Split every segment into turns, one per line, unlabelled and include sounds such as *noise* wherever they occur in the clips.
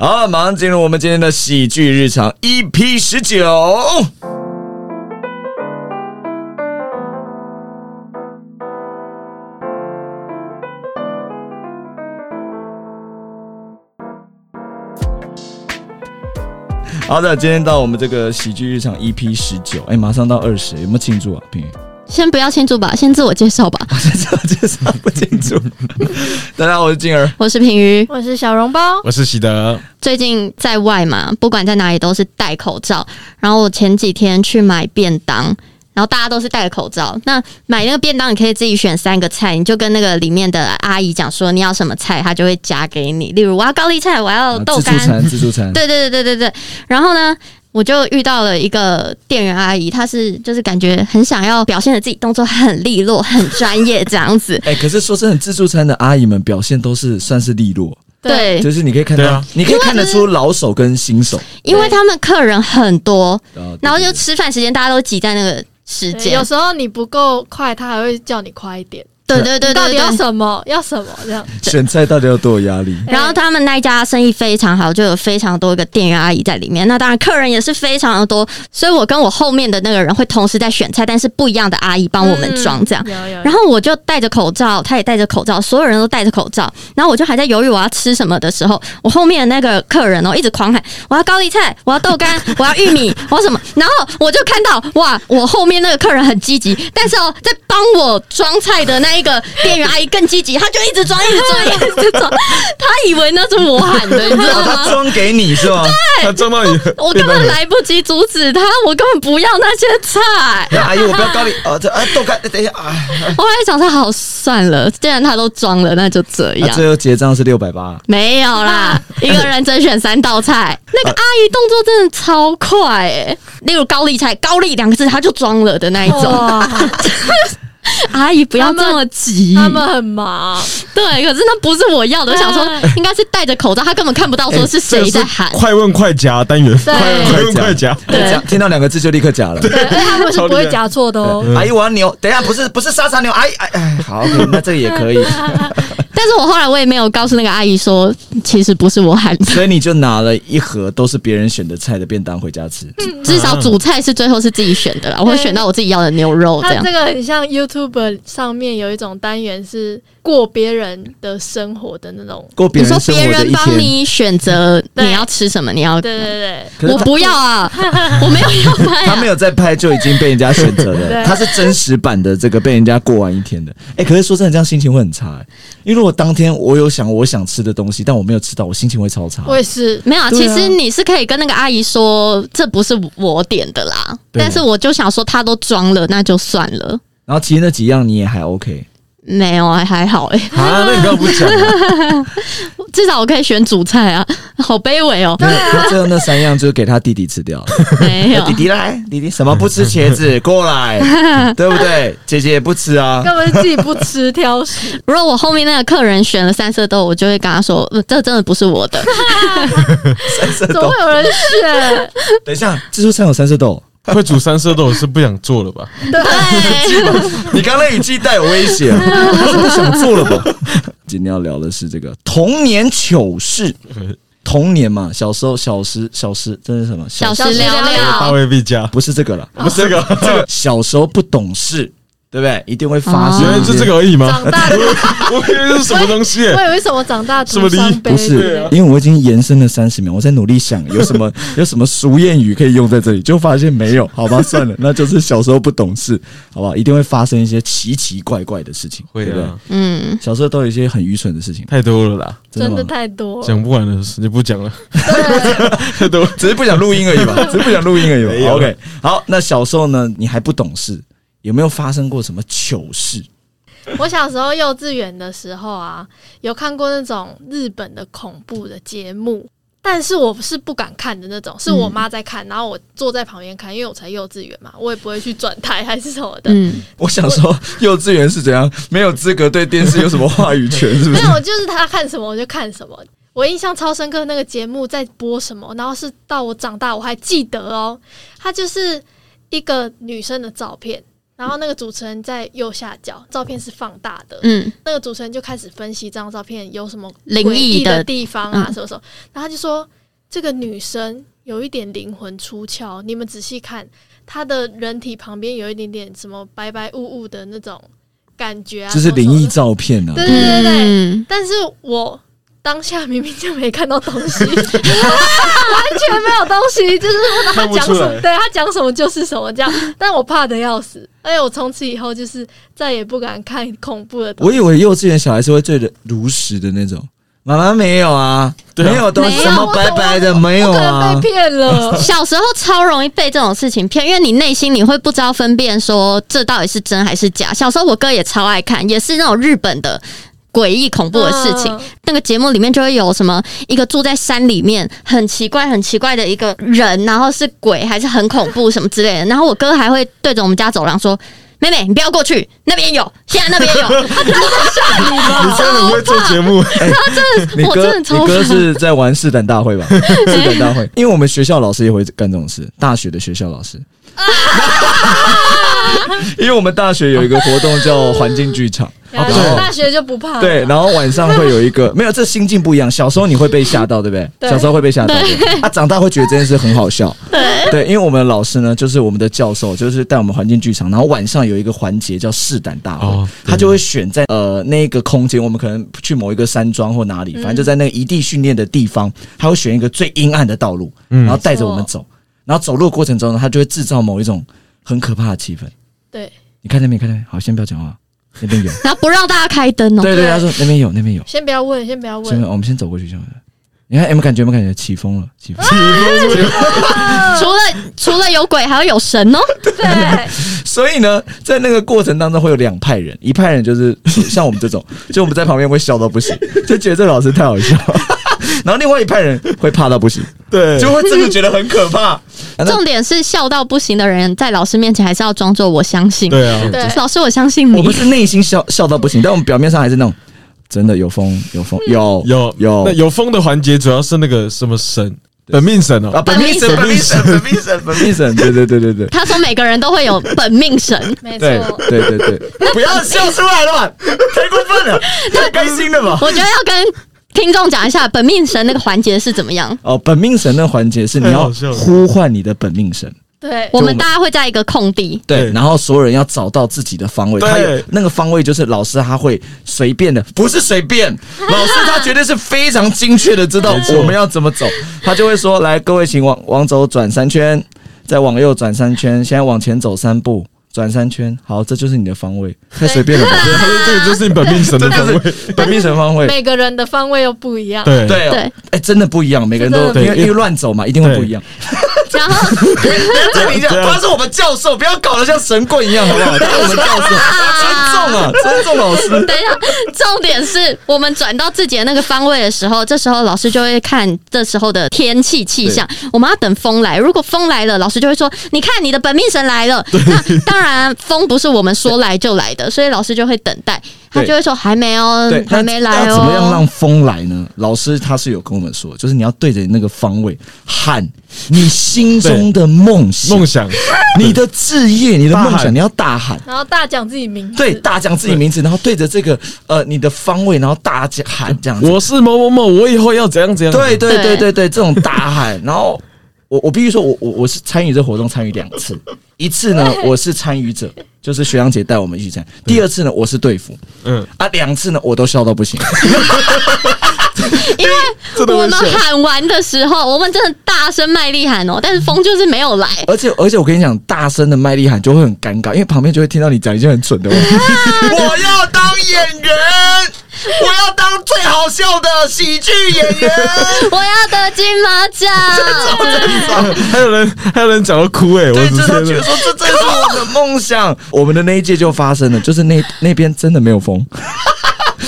好，马上进入我们今天的喜剧日常 EP 十九。好的，今天到我们这个喜剧日常 EP 十九，哎，马上到二十，有没有庆祝啊？平宇， *laughs*
先不要庆祝吧，先自我介绍吧。
我这介绍不清楚。 *laughs* 大家好，我是静儿。
我是平鱼，
我是小笼包，
我是喜德，
最近在外嘛，不管在哪里都是戴口罩。然后我前几天去买便当，然后大家都是戴口罩。那买那个便当，你可以自己选三个菜，你就跟那个里面的阿姨讲说你要什么菜，她就会夹给你。例如我要高丽菜，我要哦豆
啊自助
干，
餐，自助餐。。
对对对对对对。然后呢，我就遇到了一个店员阿姨，她是就是感觉很想要表现的自己动作很利落、很专业这样子
*laughs*
哎、可是说真的，自助餐的阿姨们表现都是算是利落，
对，
就是你可以看到，
对啊
你可以看得出老手跟新手。
因为他们客人很多，
啊
然后就吃饭时间大家都挤在那个时
对
间
有。时候你不够快，他还会叫你快一点。
对对对
到
对
底要
对。
什么？要什么？这样。
选菜到底有多有压力？
*laughs* 然后他们那一家生意非常好，就有非常多个店员阿姨在里面。那当然客人也是非常的多，所以我跟我后面的那个人会同时在选菜，但是不一样的阿姨帮我们装这样。
嗯有有有
然后我就戴着口罩，他也戴着口罩，所有人都戴着口罩。然后我就还在犹豫我要吃什么的时候，我后面的那个客人哦，一直狂喊我要高丽菜，我要豆干，我要玉米，我要什么。然后我就看到哇，我后面那个客人很积极，但是哦，在帮我装菜的那一个店员阿姨更积极，她就一直装，一直装，一直装。她以为那是我喊的，你知道吗
他？装给你是吗？
他撞到你，
我根本来不及阻止她，我根本不要那些菜。
*laughs* 阿姨，我不要高丽啊，这啊豆干，等一下啊。
我还想说，好算了，既然她都装了，那就这
那。
样
啊最后结账是六百八，
没有
*laughs*
啦，一个人只选三道菜。那个阿姨动作真的超快诶、例如高丽菜，高丽两个字，她就装了的那一种。
哇，
*laughs* 阿姨不要这么急，
他们嗯
*laughs*
很忙，
对，可是那不是我要的。我想说，应该是戴着口罩，她根本看不到说
哎
是谁在喊。
快问快答单元，
对
快
快
问快答，
对
哎讲听到两个字就立刻假了。嗯
对，而且他们是不会夹错的哦。
阿姨，我要牛，等一下不是不是沙茶牛，阿姨，哎哎，好，OK，那这个也
*laughs*
可以，
但是我后来我也没有告诉那个阿姨说，其实不是我喊的，
所以你就拿了一盒都是别人选的菜的便当回家吃。
至少主菜是最后是自己选的啦，我会选到我自己要的牛肉这
他
样
这。个很像 YouTube 上面有一种单元是过别人的生活的那种。
过别
你说
人生
别
活的
人
一
帮
天，
你选择你
对
要吃什么，你要
对对对
可是
我
他
不要啊，我没有要
*laughs*
拍、
他
啊，
没有在拍就已经被人家选择 *laughs* 了，
对
他是真实版的这个被人家过完一天的。哎、可是说真的，这样心情会很差、欸。因为如果当天我有想我想吃的东西，但我没有吃到，我心情会超差。
我也是。
没有啊。
对
其
啊
实你是可以跟那个阿姨说，这不是我点的啦。
对
但是我就想说，她都装了，那就算了。
然后其实那几样你也还 OK
没有啊，还好诶、
*laughs* 啊，那你刚不讲、 *laughs* 啊，
至少我可以选主菜啊， *laughs* 好卑微
*laughs*
哦、
那那最后那三样就是给他弟弟吃 *laughs* 掉。
没有
弟，弟来，弟弟什么不吃茄 *laughs* 子过来，对不对？姐姐也不吃 *laughs* 啊。
根本是自己不吃
*laughs*
挑食，
如果我后面那个客人选了三色豆，我就会跟他说，呃这真的不是我的。
三色 *laughs*
怎么
豆，
会有
*laughs*
人选？
等一下，自助餐有三色豆。
会煮三色豆是不想做了吧？
对，
你刚那语气带有威胁，他是不想做了吧？今天要聊的是这个童年糗事。童年嘛，小时候、小时、小时，这是什么？
小
时
时聊
大
聊，
卫必加，
不是这个了，
不是这个，
这个小时候不懂事，对不对？一定会发生。
哦
原来就这个，而已吗？
长大，我
我以为是什么东西耶？
以为什么长大
什么
徒
梨
伤悲
不
之类
是
啊
的，
因为我已经延伸了三十秒，我在努力想有什么有什么俗谚语可以用在这里，就发现没有，好吧，算了，那就是小时候不懂事，好不好？一定会发生一些奇奇怪怪的事情，
会
对不对？
啊，
嗯，
小时候都有一些很愚蠢的事情，
太多了啦，
真
吗
的太多了。
讲不完了，就不讲了。
这都 *laughs* 只是不想录音而已吧， *laughs* 只是不想录音而已
没
吧。
有
OK，好，那小时候呢，你还不懂事，有没有发生过什么糗事？
*laughs* 我小时候幼稚园的时候啊，有看过那种日本的恐怖的节目，但是我是不敢看的那种，是我妈在看，然后我坐在旁边看，因为我才幼稚园嘛，我也不会去转台还是什么的。
嗯，
*laughs* 我想说，幼稚园是怎样没有资格对电视有什么话语权，是不
*laughs* 没
是？
有，就是她看什么我就看什么。我印象超深刻，那个节目在播什么，然后是到我长大我还记得哦，它就是一个女生的照片，然后那个主持人在右下角，照片是放大的，
嗯，
那个主持人就开始分析这张照片有什么
灵
诡
异
异
的
的地方啊，
嗯
什么什么，然后他就说这个女生有一点灵魂出窍，你们仔细看，她的人体旁边有一点点什么白白雾雾的那种感觉
*laughs*
啊，
这是
什么什
灵
么
异
的
照片啊，
对对对对对，
嗯，
但是我当下明明就没看到东西，完全没有东西，就是不知道他讲什
看不出 *laughs*
么，
来
对他讲什么就是什么这样。但我怕的要死，而且我从此以后就是再也不敢看恐怖的东
我
西。
以为幼稚园小孩是会最的如实的那种，妈妈没有啊，
对啊
没有东西，
没有。
*laughs* 什么
哎我
白白的
我
没有
我可能
啊
被，骗了 *laughs*
*laughs* 小时候超容易被这种事情骗，因为你内心你会不知道分辨说这到底是真还是假。小时候我哥也超爱看，也是那种日本的。诡异恐怖的事情，
嗯
那个节目里面就会有什么一个住在山里面很奇怪、很奇怪的一个人，然后是鬼还是很恐怖什么之类的。然后我哥还会对着我们家走廊说：“妹妹，你不要过去，那边有，现在那边有。
你真的很会做
*laughs*
节目，
哎
你
我
哥
真的
你
超
哥
怕
是在玩试胆大会
*laughs*
吧？试胆大会，因为我们学校老师也会干这种事，大学的学校老
*laughs*
师。因为我们大学有一个活动叫环境剧
*laughs* 哦
场，
嗯然后
对
大学就不怕了。
对，然后晚上会有一个没有，这心境不一样。小时候你会被吓到，对不对？
对
小时候会被吓到，对不对啊，长大会觉得这件事很好
*laughs*
笑。对，因为我们的老师呢，就是我们的教授，就是带我们环境剧场，然后晚上有一个环节叫试胆大会，
哦对
他就会选在呃那个空间，我们可能去某一个山庄或哪里，反正就在那个一地训练的地方，他会选一个最阴暗的道路，
嗯
啊
然后带着我们走，然后走路的过程中呢，他就会制造某一种很可怕的气氛。
对，
你看那边，看那边，好，先不要讲话，那边有。”
然后不让大家开灯哦、
对对，他说那边有，那边有。
先不要问，先不要
所以
问。
我们先走过去这样子。你看有没有感觉？有没有感觉起风了？起风。
嗯
*laughs*
除了除了有鬼，还会有神哦、
*laughs*
对，
所以呢，在那个过程当中会有两派人，一派人就是 *laughs* 像我们这种，就我们在旁边会笑到不行，就觉得这老师太好笑。 *laughs* 然后另外一派人会怕到不行，
对，
就会真的觉得很可怕。啊那
重点是笑到不行的人，在老师面前还是要装作我相信。
对啊，
对
老师，我相信
我
你
们。是内心笑笑到不行，但我们表面上还是那种真的有风有风有
有
有
那有风的环节主要是那个什么神本命神
啊！
哦，
本命神
本
本
命
命神本命神本命神，对对对对对
他说每个人都会有本命神，
没
对
错。
对对对，不要笑出来了吧，太过分了，太开心了吧？
我觉得要跟听众讲一下本命神那个环节是怎么样。
哦，本命神的环节是你
太
要
好笑了
呼唤你的本命神，
对，
我们大家会在一个空地，
对，
对
然后所有人要找到自己的方位。
对
他有那个方位就是老师他会随便的，不是随
*laughs*
便，老师他绝对是非常精确的知道
没错
我们要怎么走，他就会说：“来，各位请往往左转三圈，再往右转三圈，现在往前走三步。”转三圈，好，这就是你的方位，太随便了吧？
对，他说这个就是你本
*laughs*
命神的
这
本位，
就是本命神方位，
每个人的方位又不一样。
对
对哦，
对
哎、真的不一样，每个人都
真的
因为
对
因为乱走嘛，一定会不一样。
然后
等一下，他是我们教授，不要搞得像神棍一样，好不 *laughs* 好？他是我们教授，尊重啊， *laughs* 尊重老师。
等一下，重点是我们转到自己的那个方位的时候，这时候老师就会看这时候的天气气象。我们要等风来，如果风来了，老师就会说：“你看你的本命神来
*laughs*
了。”那当然，风不是我们说来就来的，所以老师就会等待，他
对
就会说：“还没哦，还没来
要
哦。”
怎么样让风来呢？老师他是有跟我们说，就是你要对着那个方位喊你心中的梦想、
梦想，
你的志业、你的梦
大
想，
喊
你要大喊。
然后大讲自己名字。
对，大讲自己名字，然后对着这个呃你的方位，然后大家喊这样子。
我是某某某，我以后要怎样怎样，
对对
对
对对对，这种大喊， *laughs* 然后我我必须说我我我是参与这活动参与两次，一次呢我是参与者，就是学长姐带我们一起参与；第二次呢我是队服
嗯，
啊，两次呢我都笑到不行，*laughs*
因为
真的
我
会
们
笑
喊完的时候，我们真的大声卖力喊哦，但是风就是没
*laughs*
有来。
而且而且我跟你讲，大声的卖力喊就会很尴尬，因为旁边就会听到你讲一些很蠢 *laughs* 的话，我要当演员，我要当最好笑的喜剧演 *laughs* 员，
我要得金马
*laughs*
奖，
还有人还有人讲到哭哎，我
对，
直
就是他
接
觉得
的，
说这真是我的梦想。我们的那一届就发生了，就是那那边真的没有风。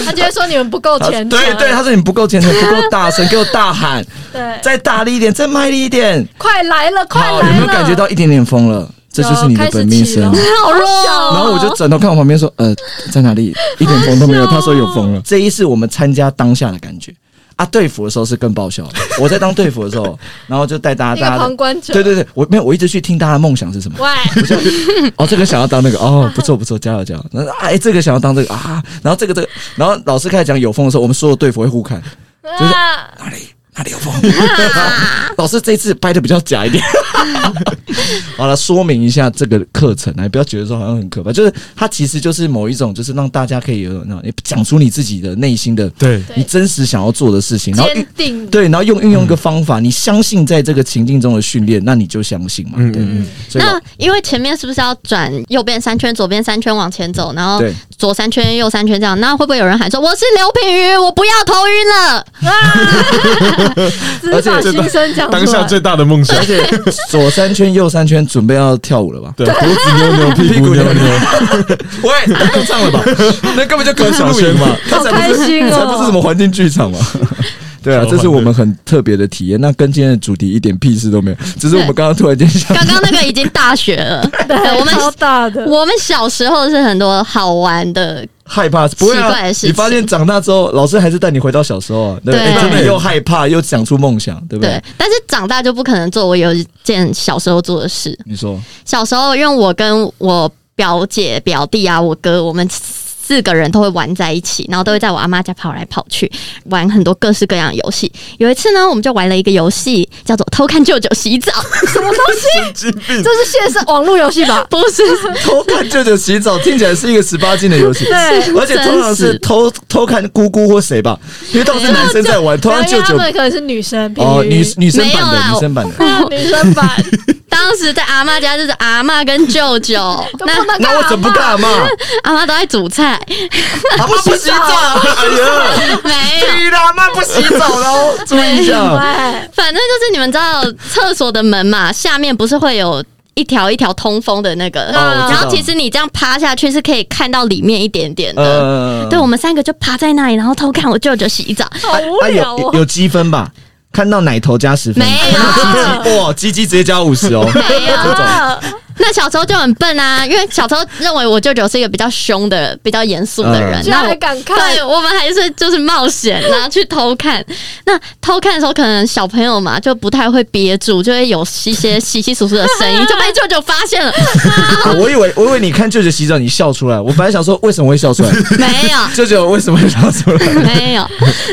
他就会说你们不够
他
虔诚。
啊对对，他说你不够
*laughs*
虔诚，不够大声，给我大喊，
对，
再大力一点，再卖力一点。
快来了，快来
好，
了！
有没有感觉到一点点风了？这就是你的本命神。
有开始起了
好弱哦。
然后我就转头看我旁边
哦
说，呃，在哪里？一点风都没有。他说有风了。这一次我们参加当下的感觉。啊，队服的时候是更爆笑
*laughs*
的。我在当队服的时候，然后就带大
那
家，大
个
家
旁
的
观者，
对对对，我没有，我一直去听大家的梦想是什么。
喂， *laughs*
哦，这个想要当那个，哦，不错不错，加油加油。然后哎，这个想要当这个啊，然后这个这个，然后老师开始讲有风的时候，我们所有队服会互看是
啊，
哪里哪里有风。老师这次掰的比较假
*laughs*
一点。好了，说明一下这个课程啊，不要觉得说好像很可怕，就是它其实就是某一种，就是让大家可以有那种你讲出你自己的内心的。
对
对
你真实想要做的事情，然后运
坚定，
对，然后用运用一个方法，你相信在这个情境中的训练，那你就相信嘛。
嗯
对，
嗯
所以
那因为前面是不是要转右边三圈，左边三圈往前走，然后
对
左三圈右三圈这样？那会不会有人喊说我是刘品瑜，我不要头晕了？
*laughs*
啊
*laughs*
只是把心声讲出来
当下最大的梦想，
而且左三圈右三圈，准备要跳舞了吧？
对，脖子扭扭，屁股扭
屁股
扭， *laughs*
喂，太够唱了吧？ *laughs* 那根本就歌
小
露营 *laughs*
轩
嘛
嘛，
他才不
好开
是
心哦
才不是什么环境剧场嘛。 *laughs* 对啊，这是我们很特别的体验，那跟今天的主题一点屁事都没有，只是我们刚刚突然间想，
刚刚那个已经大学了，对我们
超大的，
我们小时候是很多好玩的，
害怕，不会
奇
啊
怪的事？情
你发现长大之后，老师还是带你回到小时候啊，对不
对
对？真的又害怕又讲出梦想，对不
对
对？，
但是长大就不可能做我有一件小时候做的事。
你说
小时候，因为我跟我表姐、表弟啊，我哥，我们四个人都会玩在一起，然后都会在我阿妈家跑来跑去，玩很多各式各样的游戏。有一次呢，我们就玩了一个游戏，叫做偷看舅舅洗澡， *laughs*
什么东西？
疾病
这是线上网络游戏吧？
不是
偷看舅舅洗澡，听起来是一个十八禁的
*laughs*
游戏。 *laughs*
对，
而且通常是
真实
偷偷看姑姑或谁吧，因为都是男
*laughs*
生在玩，偷看
因
舅
为他
舅
们可能是女生，比
哦，女女生版
没有
的
啦
女生版的。
女生版，
当时在阿妈家，就是阿妈跟舅舅，
都
那
不能
那我怎么不干嘛？
阿妈都在煮菜，
阿妈不洗澡，哎呀，
没有。
对啦，阿妈不洗澡喽，注意一下。
对，
反正就是你们知道，厕所的门嘛，下面不是会有一条一条通风的那个，
哦我知
然
道
后其实你这样趴下去是可以看到里面一点点的。
呃，
嗯
对，我们三个就趴在那里，然后偷看我舅舅洗澡，
好无
啊
聊
有
哦。
有积分吧？看到奶头加
嗯
十分，
没有
看到鸡鸡 *laughs* 哇，鸡鸡直接加五十哦，
没有
这种
那小时候就很笨啊，因为小时候认为我舅舅是一个比较凶的、比较严肃的人，
嗯
居
那
然还
我。
敢看
对，，我们还是就是冒险，然后去偷看。那偷看的时候，可能小朋友嘛就不太会憋住，就会有一些稀稀疏疏的声音，就被舅舅发现
*laughs*
了。
啊我以为我以为你看舅舅洗澡你笑出来，我本来想说为什么会笑出来，
没有，
舅舅为什么会笑出来？
没有。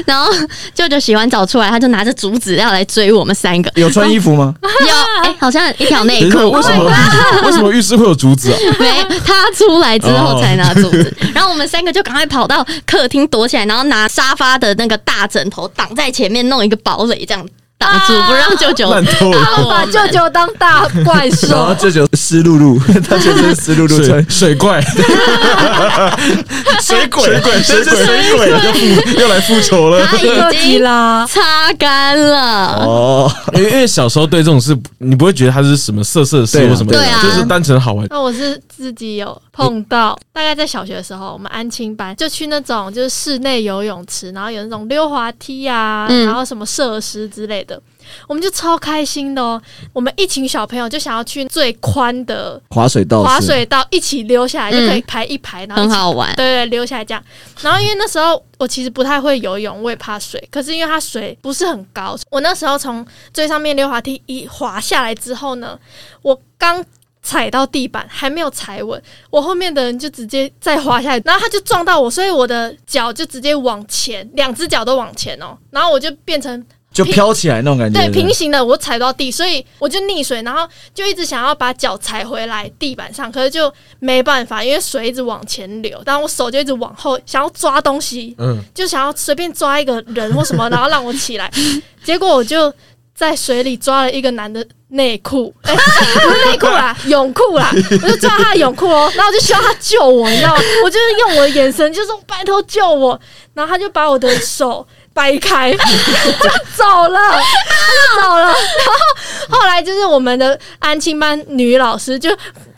然后舅舅洗完澡出来，他就拿着竹子要来追我们三个。
有穿衣服吗？
有，哎、好像一条内
等一下，
裤。
为什么
哎
为什么浴室会有竹
*laughs*
子啊？
没，他出来之后才拿竹子。 *laughs* 然后我们三个就赶快跑到客厅躲起来，然后拿沙发的那个大枕头挡在前面，弄一个堡垒这样挡住，
啊
不让舅舅。
烂透了，
我
把
们
舅舅当大怪
然后
兽，
舅舅湿漉漉，他舅舅湿漉漉
水
穿
水怪，
水鬼
*laughs* 水鬼，水鬼，水鬼，要复要来复仇了。
他
二
已
*laughs* 级
经
啦，
擦干了。
哦，
*laughs* 因为因为小时候对这种事，你不会觉得它是什么色色事
对啊
或什么的，
对啊
就是单纯好玩。
那我是自己有碰到，大概在小学的时候，我们安亲班就去那种就是室内游泳池，然后有那种溜滑梯啊，
嗯
然后什么设施之类的，我们就超开心的哦。我们一群小朋友就想要去最宽的
滑水道
滑
是
水道一起溜下来，就可以
嗯
排一排，然后一
很
起
好玩，
对对，留下来这样。然后因为那时候我其实不太会游泳，我也怕水，可是因为它水不是很高，我那时候从最上面溜滑梯一滑下来之后呢，我刚。踩到地板还没有踩稳，我后面的人就直接再滑下来，然后他就撞到我，所以我的脚就直接往前，两只脚都往前哦，然后我就变成
就飘起来那种感觉，
对
不
平行的，我踩到地，所以我就溺水，然后就一直想要把脚踩回来地板上，可是就没办法，因为水一直往前流，然后我手就一直往后，想要抓东西，
嗯，
就想要随便抓一个人或什么，然后让我起来，结果我就在水里抓了一个男的。内裤，哎、不是内裤啦，泳裤啦，我就抓他的泳裤哦，然后我就需要他救我，你知道吗？我就是用我的眼神，就说拜托救我，然后他就把我的手掰开， *laughs* 就走了，他就走了。然后后来就是我们的安亲班女老师就。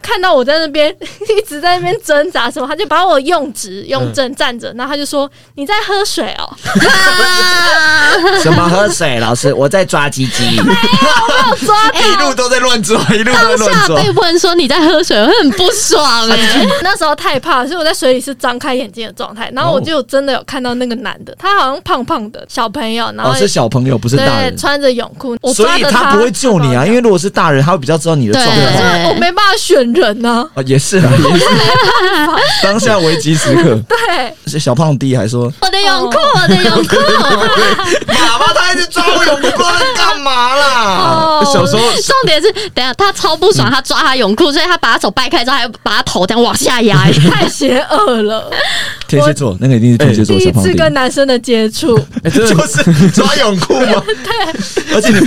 看到我在那边 *laughs* 一直在那边挣扎什么，他就把我用直用正站
嗯
着，然后他就说你在喝水哦， *laughs*
啊
什么喝水？老师，我在抓鸡鸡， *laughs* 一
我抓到。
路都在乱
*laughs*
抓，一路
当下被问说你在喝水，我会很不爽哎、
那时候太怕了，所以我在水里是张开眼睛的状态。然后我就真的有看到那个男的，他好像胖胖的小朋友，然后、
哦，是小朋友，不是大
对
人，
穿着泳裤，我
所
抓
以
着
他不会救你啊，因为如果是大人，他会比较知道你的状
对
况。
我没办法选人呢、
啊，也是啊，也
*laughs*
是当下危机时刻，
对，
而且小胖弟还说
我的泳裤，我的泳裤，
爸爸他一直抓我泳裤，不知道在干嘛啦。
哦，
小时候
重点是，等一下他超不爽，他抓他泳裤，所以他把他手掰开之后，还把他头这样往下压、哎
太邪恶了，
天蝎座，那个一定是天蝎
第
座
一
小胖
次
弟， *laughs*
跟男生的接触，
哎真的
是抓泳裤吗？而且你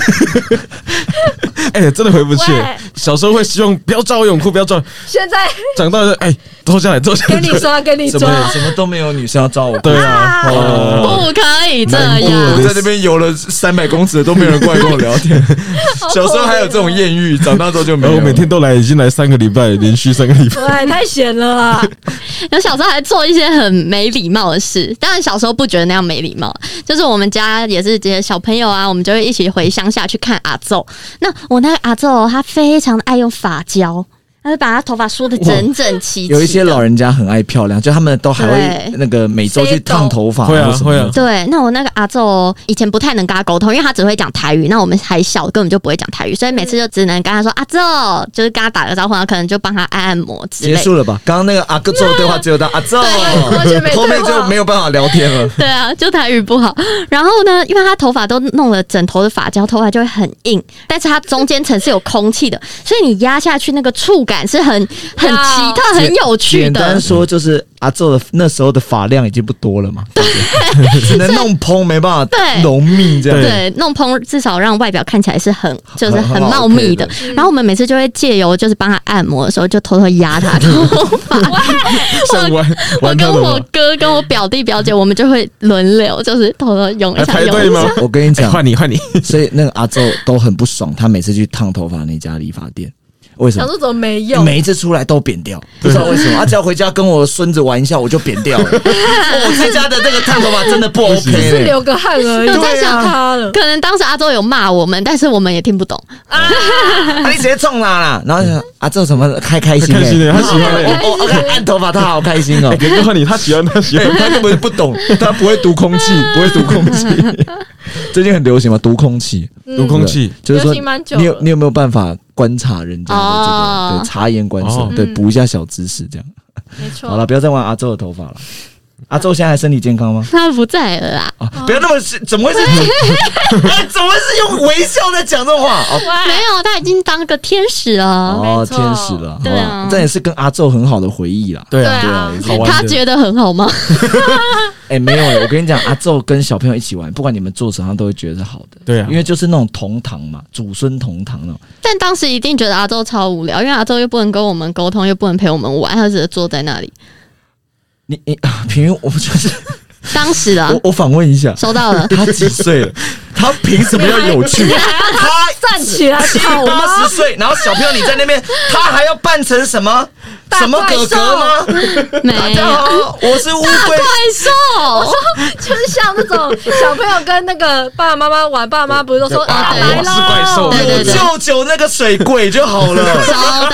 *laughs* 哎真的回不去
喂。
小时候会希望不要抓我泳裤，不要抓我。
现
*laughs*
在
长大了哎脱下来脱下
给
来。
你抓，给你
什
抓，
么什么都没有，女生要抓我，
*laughs* 对啊，哦
不可以这
难过了
样。
啊在那边游了三百公尺的都没有人过来跟我聊天。 *laughs*
啊
小时候还有这种艳遇，长大之后就没
然后
有。
哎
*laughs*
我每天都来，已经来三个礼拜，连续三个礼拜。
对，太闲了啦。
然后小时候还做一些很没礼貌的事，当然小时候不觉得那样没礼貌，就是我们家也是这些小朋友啊，我们就会一起回乡下去看阿奏。那我那个阿奏哦，他非常的爱用发胶，他会把他头发梳的整整齐齐的。
有一些老人家很爱漂亮，就他们都还会
对
那个每周去烫头发，
会啊
或什么的
会啊
对，那我那个阿昼哦以前不太能跟他沟通，因为他只会讲台语，那我们还小，根本就不会讲台语，所以每次就只能跟他说阿昼，就是跟他打个招呼，然后可能就帮他按按摩之
结
类。
束了吧？刚刚那个阿哥做的对话只有到阿奏，*laughs*
完全没对话
后面就没有办法聊天了。
*laughs* 对啊，就台语不好。然后呢，因为他头发都弄了整头的发胶，头发就会很硬，但是它中间层是有空气的，所以你压下去那个触感是很很奇特、很有趣
简单
的。
说就是阿奏的那时候的发量已经不多了嘛， *laughs* 只 *laughs* 能弄蓬，没办法
对
浓密这样。
对，弄蓬至少让外表看起来是很就是
很很
很茂密
OK
的
的。
然后我们每次就会借由就是帮他按摩的时候，就偷偷压他头发。
像玩
*laughs* 我
玩
跟
那种
我哥、跟我表弟、表姐，我们就会轮流，就是偷偷用一
还
下
排队
用。
吗？
我跟你
哎
讲，
换你换你，
所以那个阿昼都很不爽，他每次去烫头发那家理发店，为什
想
么？
说怎么没用？
每一次出来都扁掉，不知道为什 *laughs* 么。他只要回家跟我孙子玩一下，我就扁掉了。我这家的这个烫头发真的不 OK
是
嘞
流个汗而已，
我在想
他了。
可能当时阿周有骂我们，但是我们也听不懂。
啊你直接中啦啦！然后想啊，这什么开开心
开心
嘞？
的，他喜欢的。
哦，我看按头发他好开心 *laughs* 哦
哎，。哥哥换你，他喜欢他喜欢
对，他根本不 *laughs* 懂，他不会读空气，不会读空 *laughs* 气。最近很流行嘛，读空气，
读空气，
就是说
流行蛮久
你有
了
你有没有办法观察人家的这个
哦
对察言观色
哦，
对
嗯
补一下小知识这样。
没
好了，
错，
不要再玩阿周的头发了。阿周现在还身体健康吗？
他不在了啦，
啊， *laughs* 不要那么是，怎么会是？哎怎么会是用微笑在讲这种话？哦
*laughs* 没有，他已经当个天使了。
哦，
没
天
错
使了，好
对
吧
啊，
这也是跟阿宙很好的回忆 *laughs* 啦。
对
对啊
好玩的
他觉得很好吗？ *laughs*
哎，没有哎，我跟你讲，阿宙跟小朋友一起玩，不管你们做什么，他都会觉得是好的。
对啊
因为就是那种同堂嘛，祖孙同堂那种。
但当时一定觉得阿周超无聊，因为阿周又不能跟我们沟通，又不能陪我们玩，他只是坐在那里。
你你， *laughs* 平云，我就是
当时啊
我，我访问一下，。
收到了
*laughs* 他几岁了？他凭什么要有趣？他
站起 *laughs* 来好
八 *laughs*
吗？
十岁，然后小朋友你在那边，他还要扮成什么
大
什么
怪
哥哥吗？
没
大
有哎
家
怪
好，我是乌龟。
兽，
就是像那种小朋友跟那个爸爸妈妈玩，爸妈不是都说
对
啊
对
来
我是怪兽
喽，
对对对
救救那个水鬼就好了。
*laughs* 收
*laughs* 阿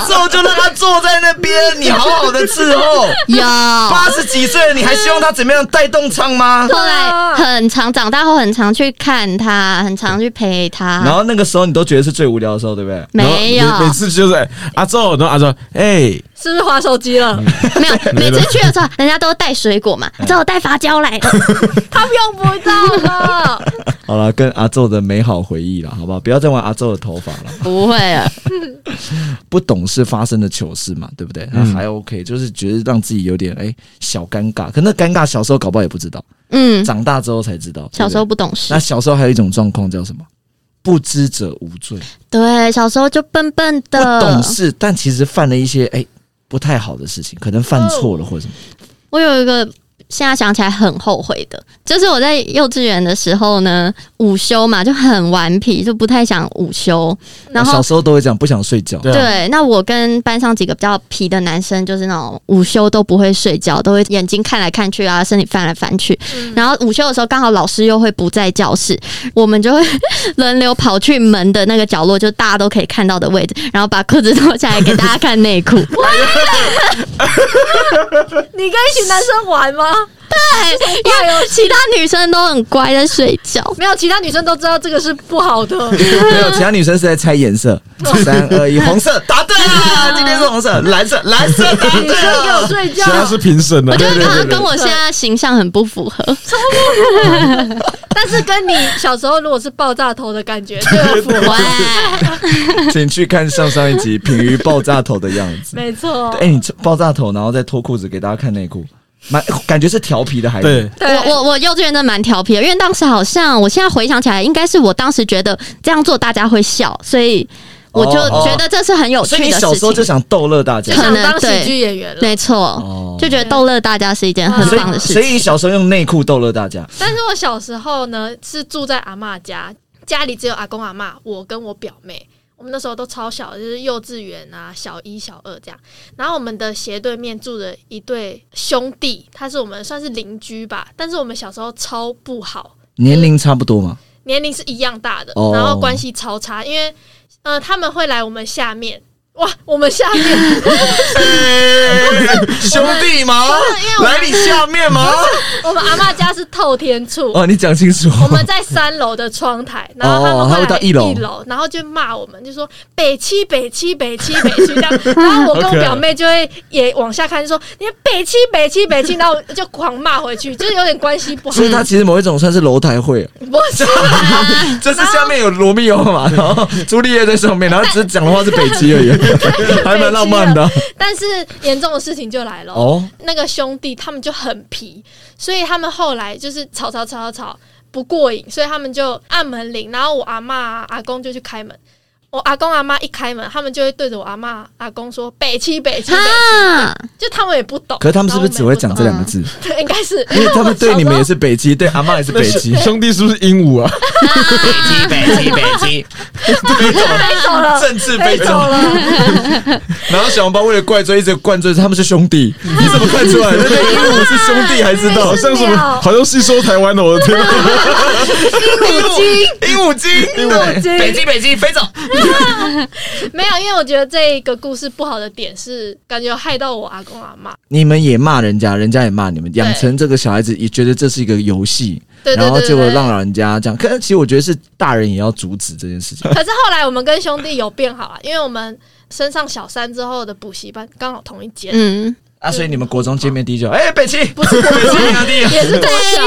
到
宙就让他坐在那边，你好好的伺候。
*laughs* 有。
八十几岁了，你还希望他怎么样带动唱
*laughs*
吗？
后来很常长大后很常去看他，很常去陪他。
然后那个时候你都觉得是最无聊的时候，对不对？
没有
然，后每每次就是哎阿宙，然后阿宙，哎，
是不是划手机了？
*laughs*
没有，每次去的时候，人家都带水果
哎
嘛，只有带发胶
*laughs*
来的。
他用不到了，
好了，跟阿宙的美好回忆了，好不好？不要再玩阿宙的头发了。
不会
啊
了，
不懂事发生的糗事嘛，对不对？
嗯
那还 OK，就是觉得让自己有点哎、小尴尬，可那尴尬小时候搞不好也不知道，
嗯，
长大之后才知道。对不对
小时候不懂事
那，小时候还有一种状况叫什么？不知者无罪，
对，小时候就笨笨
不懂
的。
事，但其实犯了一些哎、不太好的事情，可能犯错了或者什么。
我有一个现在想起来很后悔的，就是我在幼稚园的时候呢，午休嘛就很顽皮，就不太想午休。嗯然
嗯
后
小时候都会讲不想睡觉，
对啊，
对，那我跟班上几个比较皮的男生，就是那种午休都不会睡觉，都会眼睛看来看去啊，身体翻来翻去。然后午休的时候，刚好老师又会不在教室，我们就会 *laughs* 轮流跑去门的那个角落，就大家都可以看到的位置，然后把裤子脱下来给大家看内裤。
你跟一群男生玩吗？
因为其他女生都很乖在睡觉。
没有，其他女生都知道这个是不好的。
没有其他女生是在猜颜
*laughs*
色，三二一，红色答对了，今天是红色，蓝色蓝色啊答
女
对
生给我
了。
睡觉
其，他是评审啊的
我，觉得
对对
好
对
像
对
跟我现在形象很不符合，
但是跟你小时候如果是爆炸头的感觉，对
*laughs*
付。
喂，
请去看上上一集品鱼爆炸头的样子。
没错，
*laughs* 哎，你爆炸头，然后再脱裤子给大家看内裤，蛮感觉是调皮的孩子。
对，
对
我我我幼稚园真的蛮调皮的，因为当时好像我现在回想起来，应该是我当时觉得这样做大家会笑，所以我就
哦哦
觉得这是很有趣
所以你
的
小
事
时候就
情。
想逗乐大
*laughs*
家
就，想当喜剧演员了。
没错，
哦
就觉得逗乐大家是一件很
所
棒的
以
事
哦所
情。
以你小时候用内裤逗乐大家，
但是我小时候呢，是住在阿嬷家，家里只有阿公阿嬷，我跟我表妹。我们那时候都超小的，就是幼稚园啊，小一、小二这样。然后我们的斜对面住着一对兄弟，他是我们算是邻居吧，但是我们小时候超不好，
年龄差不多嘛。
年龄是一样大的，
哦
然后关系超差，因为呃他们会来我们下面，哇，我们下面， *laughs*
*laughs* 兄弟吗
因为我
来你下面
*laughs*
吗？
我们阿嬷家是透天处，
哦，你讲清楚。 *laughs*
我们在三楼的窗台，然后他
哦
们
他会
会
到
来
一楼
然后就骂我们，就说北七北七北七北七
*laughs*
这样。然后我跟我表妹就会也往下看，就说你北七北七北七，然后就狂骂回去，就是有点关系不好
所。以它其实某一种算是楼台会，
不是，啊嗯
就是下面有罗密欧嘛，然后朱丽叶在上面，然后只是讲的话是北极而
*laughs*
已， *laughs* 还蛮浪漫的。
但是严重的事情就来了。
哦，
那个兄弟他们就很皮，所以他们后来就是吵吵吵吵吵不过瘾，所以他们就按门铃，然后我阿妈阿公就去开门。我阿公阿妈一开门，他们就会对着我阿妈阿公说“北七北七北七”，
啊，
就他们也不懂。
可是他们是不是只会讲这
个？
两个字？
对，应该是
因为他们对你们也
是。
是北极，对阿妈也是
那
北
*laughs*
极
兄。兄弟是不是鹦鹉啊？
北极，北极，
飞 *laughs* 走了，
政治背
飞走
景。
了。
*laughs* 然后小红包为了怪罪，一直灌醉他们是兄弟，你怎么看
*laughs*
出来？对不对，因为我是兄弟还知道
好，像什么
没有，
好像吸收台湾的，我的天！ *laughs*
鹦鹉精，鹦鹉
精
北极，北极，飞走。
没有，因为我觉得这个故事不好的点是，感觉有害到我阿公阿妈。
你们也骂人家，人家也骂你们，养成这个小孩子也觉得这是一个游戏，
对对
然后
对
结果
对
让
对。
老人家这样。可是其实我觉得是大人也要阻止这件事情。
可是后来我们跟兄弟有变好啊，因为我们升上小三之后的补习班刚好同一间，
*laughs*
嗯，
啊，所以你们国中见面第一句，哎、北齐，
啊不是
北齐兄弟，
*laughs* 也是国小。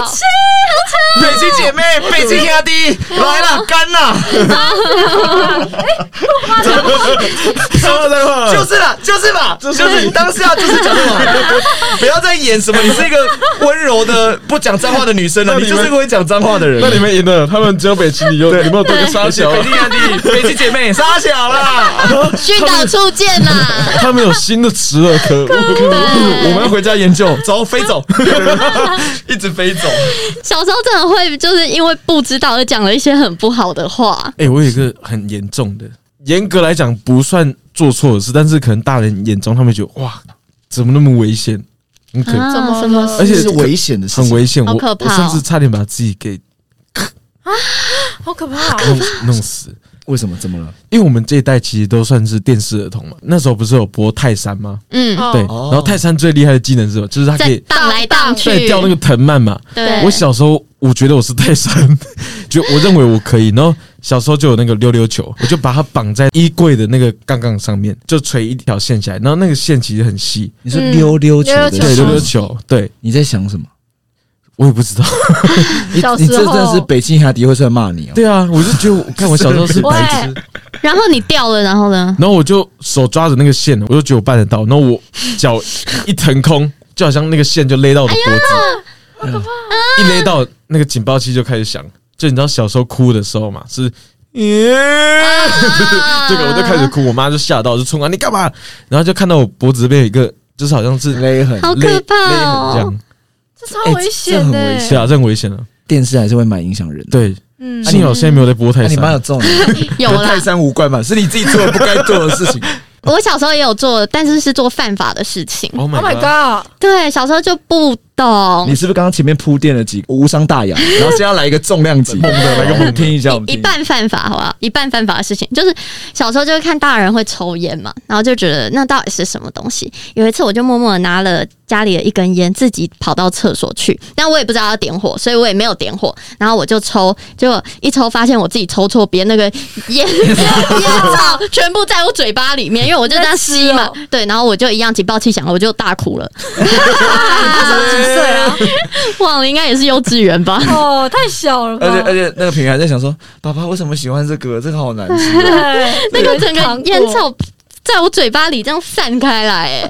北齐姐妹，北齐兄弟，来
*laughs*
了，干了，
哎
说了在话，
就是啦，就是嘛，就是你当下就是讲这
*laughs*
种话，不要再演什么，你是一个温柔的不讲脏话的女生了，
那
你
你们
就是个会讲脏话的人。
那你们赢了，他们只有北齐，你有你没有对个沙
北齐
小？啊
北齐兄弟，北齐姐妹，杀小啦！
训导处见
*laughs*
啦，
*laughs* 他们有新的词了，可可恶！
我们要回家研究，走，飞 *laughs* 走，一直飞走。
小时候真的会就是因为不知道而讲了一些很不好的话，
哎、我有一个很严重的，严格来讲不算做错的事，但是可能大人眼中他们觉得哇，怎么那么危险？很可，
啊
怎么了
什么
而且
是危险的事
很
情，
危险，
好
我
可怕
我
哦
甚至差点把自己给
好可
*laughs*
怕、
弄弄死。
为什么？怎么了？
因为我们这一代其实都算是电视儿童嘛，那时候不是有播泰山吗？
嗯，
哦
对，
哦
然后泰山最厉害的技能是什么？就是他可
在
以
荡来荡去
在，掉那个藤蔓嘛。
对，
我小时候我觉得我是泰山， *laughs* 就我认为我可以。然后小时候就有那个溜溜球，我就把它绑在衣柜的那个杠杠上面，就垂一条线下来。然后那个线其实很细，
你说
嗯
溜溜球
溜
的事
溜球
对
情
溜溜球，对
你在想什么？
我也不知道。 *laughs*
你
小
你这
时
真
候
的是北京哈迪会出来骂你哦。
对啊，我就觉得我看我小时候 *laughs* 是白痴，
然后你掉了，然后呢？
然后我就手抓着那个线，我就觉得我办得到。然后我脚一腾空，就好像那个线就勒到我的脖子，嗯一勒到那个警报器就开始响。就你知道小时候哭的时候嘛，是。耶！啊 *laughs* 这个我就开始哭，我妈就吓到，就冲过啊来你干嘛？然后就看到我脖子被有一个，就是好像是
勒痕，
好可怕
这
哦！
样，
这超危险的、
哎这这很危
是啊，这很危险啊。
电视还是会蛮影响人的。
对，
嗯，
幸好现在没有在播泰
那啊哎你妈有
山。
这种 *laughs*
有
跟
啦
泰，山无关嘛？是你自己做的不该做的事情。
我小时候也有做，但是是做犯法的事情。
Oh
Oh my
god！
god！
对，小时候就不懂
*laughs* 你，是不是刚刚前面铺垫了几无伤 *laughs* 大雅，然后现在要来一个重量 *laughs* 级，
猛的来个猛的
我们听一下，我们
一
听
*laughs* 一
一下。
半犯法，好不啊好？一半犯法的事情，就是小时候就会看大人会抽烟嘛，然后就觉得那到底是什么东西？有一次我就默默的拿了家里的一根烟，自己跑到厕所去，但我也不知道要点火，所以我也没有点火，然后我就抽，结果一抽发现我自己抽错边，那个烟烟草全部在我嘴巴里面，因为我就这样吸嘛
你在，
对，然后我就一样警报器响了，我就大哭了。
几岁啊？？
忘了，应该也是幼稚园吧
哦，太小了吧？
而且而且那个平还在想说，爸爸为什么喜欢这个？这个好难吃 *laughs* 哦。
*laughs* 对，
那个整个烟
草，
草在我嘴巴里这样散开来、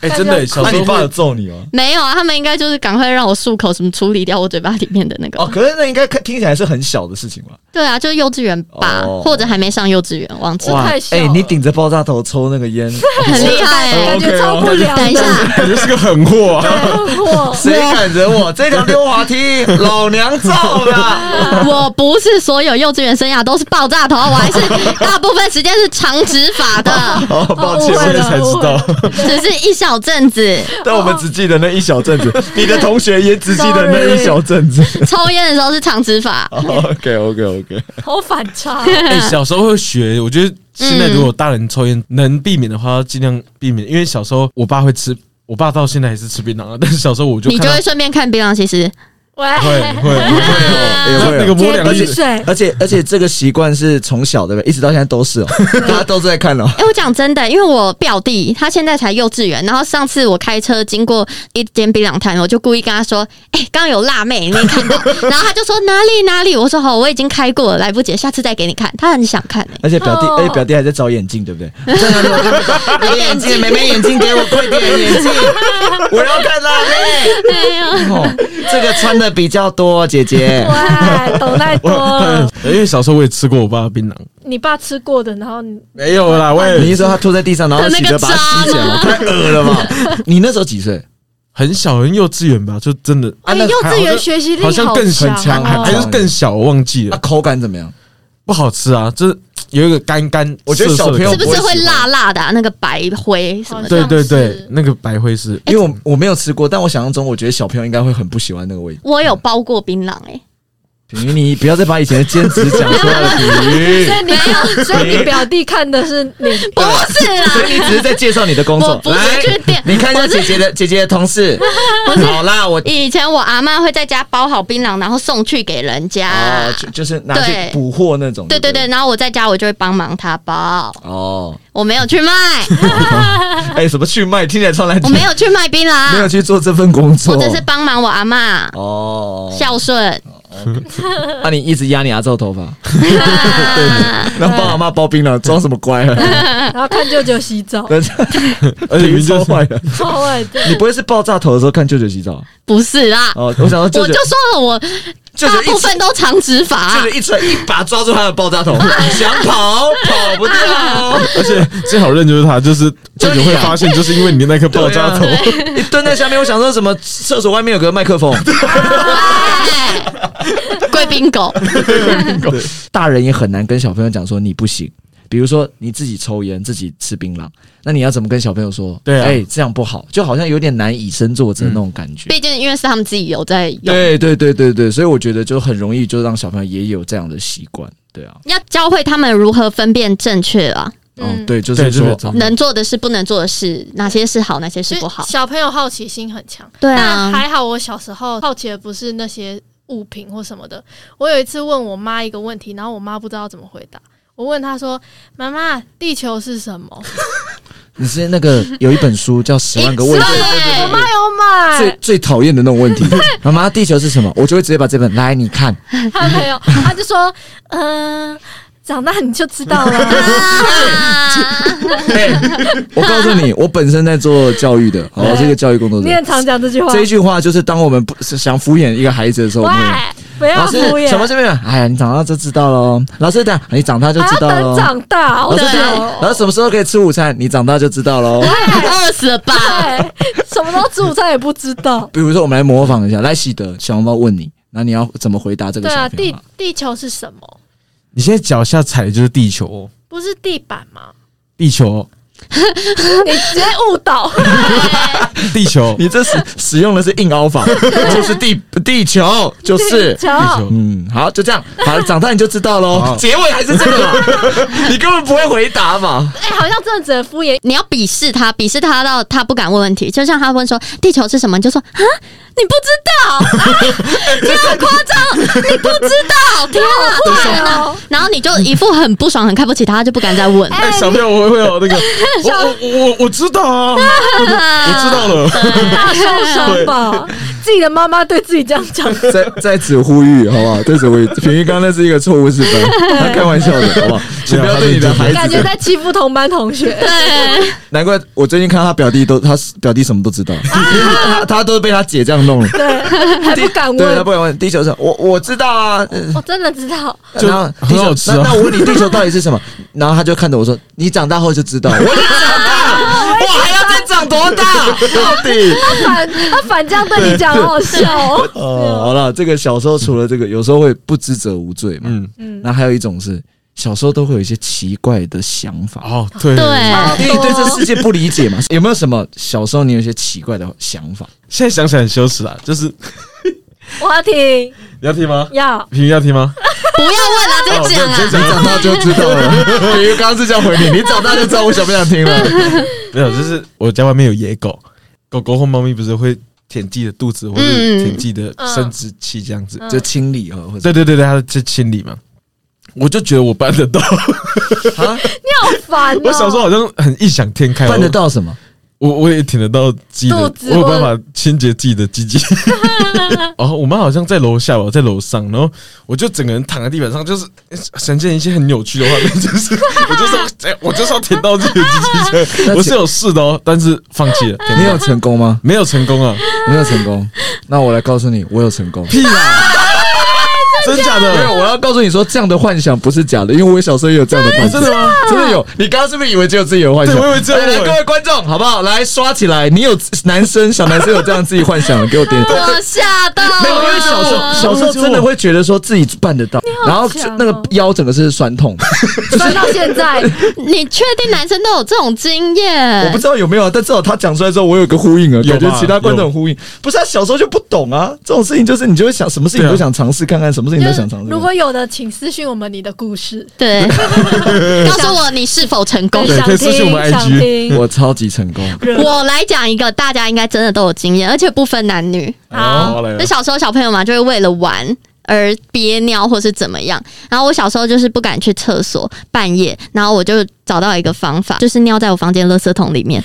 哎，
哎，真的，小
那
时
你
候
爸有
会
揍你吗？
没有啊，他们应该就是赶快让我漱口，什么处理掉我嘴巴里面的那
*laughs*
个。
哦，可是那应该看听起来是很小的事情吧？
对啊，就是幼稚园吧，
哦
或者还没上幼稚园，忘记。
太小了
哎，你顶着爆炸头抽那个烟，
很厉害、
感
哎
觉超不了的。
等一下，
感觉是个狠货啊！
*laughs* 我
谁敢惹我？这条溜滑梯，老娘造
*laughs*
的！
啊
我不是所有幼稚园生涯都是爆炸头，啊我还是大部分时间是长直发的，
*laughs*
哦，抱
误
歉
现，
会
在
了
才知道，
只是一小阵子。
但我们只记得那一小阵子，你的同学也只记得那一小阵子。
抽烟的时候是长直发，
哦
OK OK OK，
好反差，
*laughs* 哎，小时候会学，我觉得现在如果大人抽烟能避免的话，尽量避免，因为小时候我爸会吃，我爸到现在还是吃槟榔啊，但是小时候我就
你
看
就
到
会顺便看槟榔西施。
喂，
*laughs* 会
哎
会会，
也 *laughs* 会
那个
哎有。
摸
接
两
鼻 *laughs*
粒，
水，
而且而且这个习惯是从小对不对？一直到现在都是哦，大家都是在看哦。
哎、我讲真的，因为我表弟他现在才幼稚园，然后上次我开车经过一间槟榔摊，我就故意跟他说：“哎、刚刚有辣妹，你没看到？” *laughs* 然后他就说：“哪里哪里？”我说：“好，我已经开过了，来不及了，下次再给你看。”他很想看、欸，
而且表弟，
哦
而且表弟还在找眼镜，对不对？没眼镜，妹妹眼镜给我，快点眼镜，我要看辣妹。
没有，
哦，这个穿的比较多，姐 *laughs* 姐。
喂，懂太多了。
*laughs* 因为小时候我也吃过我爸的槟榔，
你爸吃过的，然后你
没有啦，我
你
也
是说他吐在地上，然后洗着把它吸起来吗？太恶了 *laughs* 吧！你那时候几岁？
很小，很幼稚园吧，就真的
啊，那
哎幼稚
好
园
像
学习力
好像更
强
很强
哦
还是更小，我忘记
那啊
了，
口感怎么样？
不好吃啊，就是有一个干干，
我觉得小朋友
涩
是
涩的
不是会辣辣的啊、那个白灰什么的？
对对
像
对
是，
那个白灰是
因为我我没有吃过，但我想象中，我觉得小朋友应该会很不喜欢那个味道。
我有包过槟榔、
*laughs*
欸，
品瑜，你不要再把以前的兼职讲出来了，品瑜。
所以你，所以你表弟看的是你，
不是
所 *laughs*
啦，
以你只是在介绍你的工
我
作。
不是去店，
你看一下姐姐的姐姐的同 *laughs* 事，好啦，我
以前我阿妈会在家包好槟榔，然后送去给人家。
哦，就就是拿去
啊对
补货那种。
对对
对
对，。然后我在家我就会帮忙他包，
哦，
我没有去卖，
*laughs* 哎，什么去卖？听起来超难听。
我没有去卖槟
没有
榔，
去做这份工作。
我只是帮忙我阿妈
哦，
孝顺。
那你一直压你阿宙
*laughs*
头发，
啊
让爸爸妈妈包槟榔，装什么乖
*laughs*
啊？
然后看舅舅洗澡，
真的
而
品
且明
瑜
明就
超
是
坏的。
超坏的。
你不会是爆炸头的时候看舅舅洗澡？
不是啦，
哦，我想到舅
我
舅
就，说了，我
舅舅
大部
一
分啊都长直
就
发
是，一出来一把抓住他的爆炸
*laughs*
头，想跑跑不掉，哦
而且最好认就是他，就是舅舅会发现，就是因为你那颗爆炸头
对，啊你蹲在下面，我想说什么？厕所外面有个麦克风，
对贵宾狗，
大人也很难跟小朋友讲说你不行。比如说你自己抽烟，自己吃槟榔，那你要怎么跟小朋友说？
对啊
哎、这样不好，就好像有点难以身作则那种感觉。
毕竟因为是他们自己有在用，
嗯对对对对对，所以我觉得就很容易就让小朋友也有这样的习惯。对啊，
要教会他们如何分辨正确啊，
哦，对，就是
对
说
对对
哦
能做的事不能做的事，哪些是好，哪些是
就
不好。
小朋友好奇心很强，
对
但
啊，
还好我小时候好奇的不是那些物品或什么的。我有一次问我妈一个问题，然后我妈不知道怎么回答。我问她说：“妈妈，地球是什么
你是那个有一本书叫《十万个问题》。
对，？”
妈有欸
最
买，
最讨厌的那种问题。 *laughs* 妈妈，地球是什么？我就会直接把这本来你 *laughs* 看。
*laughs* 她没有，她就说：“嗯、长大你就知
*laughs*
道了。
啊
我告诉你，我本身在做教育的，哦，我是一个教育工”作
你
者。
很常讲这句话
这。一句话就是当我们不是想敷衍一个孩子的时候，我
喂
们，
不要
老师
敷衍，
什么这边？哎呀，你长大就知道喽。老师等下你长大就
还
知
要
道喽
等。啊长大，哦
老
我
师
对
这样，
懂
老师什么时候可以吃午餐？你长大就知道喽。。
饿死了吧？
对， *laughs* 什么时候吃午餐也不知道
比如说，我们来模仿一下，来喜德小红包问你，那你要怎么回答这个
对
小
啊，
朋友
地
啊？
地球是什么？
你现在脚下踩的就是地球哦，
不是地板吗？
地球哦，
*laughs* 你直接误导，
*laughs*
地球，
你这使使用的是硬凹
*laughs*
法，就是地地球，就是
地。球
地球，
嗯，好，就这样，好，长大你就知道喽
好。
结尾还是这个嘛， *laughs* 你根本不会回答嘛。
哎、好像真的只能
*laughs*
敷衍。
你要鄙视他，鄙视他到他不敢问问题。就像他问说地球是什么，你就说啊，你不知道，啊、
*laughs*
你好夸张， *laughs* 你不知道，天啊，坏人啊！然后你就一副很不爽、很看不起他，他就不敢再 *laughs* 问。
哎，小朋友，我会有那个，我我我我知道啊，我知道了。
大受伤吧，自己的妈妈对自己这样
*laughs*
讲，
在在此呼吁，好不好？在此呼吁，平玉刚刚那是一个错误示范，
*laughs*
他开玩笑的，好不好？请不要对你的孩
感
子
觉在欺负同班同学。
对，
难怪我最近看他表弟都，他表弟什么都知道，
啊
*laughs* 他他都被他姐这样弄了，
对，还不敢
对他
问
不，敢问地球上，我我知道啊，呃
我真的知道，
就
然后
很
地球
好吃
那
啊
那我问你，地球到底是什么？然后他就看着我说：“你长大后就
*laughs*
知道。”我就长大，我还要再长多大？到
*laughs*
底？
反他反这样对你讲，好好笑哦。
哦，好了，这个小时候除了这个，有时候会不知者无罪嘛。
嗯，
嗯，
那还有一种是小时候都会有一些奇怪的想法。
哦，对
对
因为你对这世界不理解嘛，有没有什么小时候你有一些奇怪的想法？
现在想起来很羞耻啊，就是
我要听，
你要听吗？
要
平要听吗？
不要
*laughs*
问啊，直接讲
哦
你
啊。
长大就知道了。比如刚刚是这样回 *laughs* 你，你长大就知道我想不想听 *laughs* 了。
没有，就是我家外面有野狗，狗狗或猫咪不是会舔自己的肚子或者
嗯
舔自己的生殖器这样子？
就清理哦，或者
对对对对，它去清理嘛。我就觉得我办得到，
烦、哦。
我小时候好像很异想天开，
办得到什么？
我，我我也舔得到鸡的，
肚子
我有办法清洁自己的鸡鸡。然后我妈好像在楼下吧，我在楼上，然后我就整个人躺在地板上，就是呈现一些很扭曲的画面，就是我就是要哎，我就是要舔到自己
*laughs*
的鸡鸡这样。我是有试的哦，但是放弃了，
你有成功吗？
没有成功啊。
没有成功。那我来告诉你，我有成功。
屁啦！ *laughs* 真假
*laughs* 因为
的？
我要告诉你说，这样的幻想不是假的，因为我小时候也有这样的幻想，
真的吗？
真的有。你刚刚是不是以为只有自己有幻想？
对我以为只有我
来来各位观众，好不好？来刷起来！你有男生小男生有这样自己幻想的，给我点。
我吓到了，
没有，因为小时候小时候真的会觉得说自己办得到，然后就
强哦
那个腰整个是酸痛。
酸到现
*laughs*
在，
你确定男生都有这种经
我
验
不？知道有没有啊，但至少他讲出来之后，我有个呼应啊，
有
感觉
吧
其他观众
有
呼应。不是，他小时候就不懂啊，这种事情就是你就会想什么事情
对啊
都想尝试看看，什么事情都想尝试。
如果有的，请私信我们你的故事。
*laughs*
对，告诉我你是否成功
对。
想
可以私信我
听，
们
想
IG
听。
我超级成功，
我来讲一个，大家应该真的都有经验，而且不分男女。
好，来
那小时候小朋友嘛，就会为了玩而憋尿或是怎么样。然后我小时候就是不敢去厕所，半夜，然后我就找到一个方法，就是尿在我房间垃圾桶里面。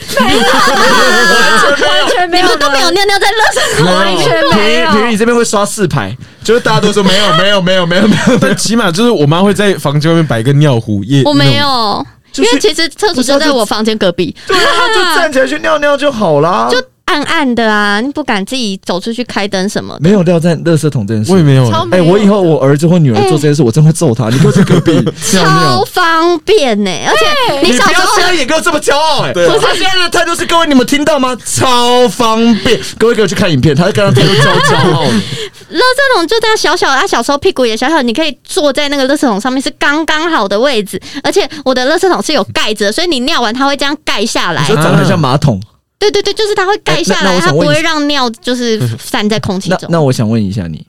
啊完全没
你
有
们
的，
都没有尿尿在垃圾桶，
完全没有
平平，你这边会刷四排，就是大家都说没有，没有，没有，没有，没有。
但起码就是我妈会在房间外面摆一个尿壶，也
我没。有。因
是
为其实厕所就在我房间隔壁，
对啊，他就站起来去尿尿就好啦。
就暗暗的啊，你不敢自己走出去开灯什么的。
没有尿在垃圾桶这件
那种我
事。
也没有
超，没
哎，
有的
我以后我儿子或女儿做这件事，我真会揍他。你给我去隔壁尿
超
尿。
方便呢、而且你
不
小时
要
候
现在也给我这么骄傲哎！
对啊
他现在的态度是各位你们听到吗？超方便，各位给我去看影片，他刚刚态度超骄傲的。
垃圾桶就这样小小的，他小时候屁股也小小的，你可以坐在那个垃圾桶上面是刚刚好的位置，而且我的垃圾桶是有盖子的，所以你尿完它会这样盖下来
就。长得很像马桶。
对对对，就是它会盖下
哎那那
来，
我
它
想
不
问一下
会让尿就是散在空气
那
中。
那我想问一下你，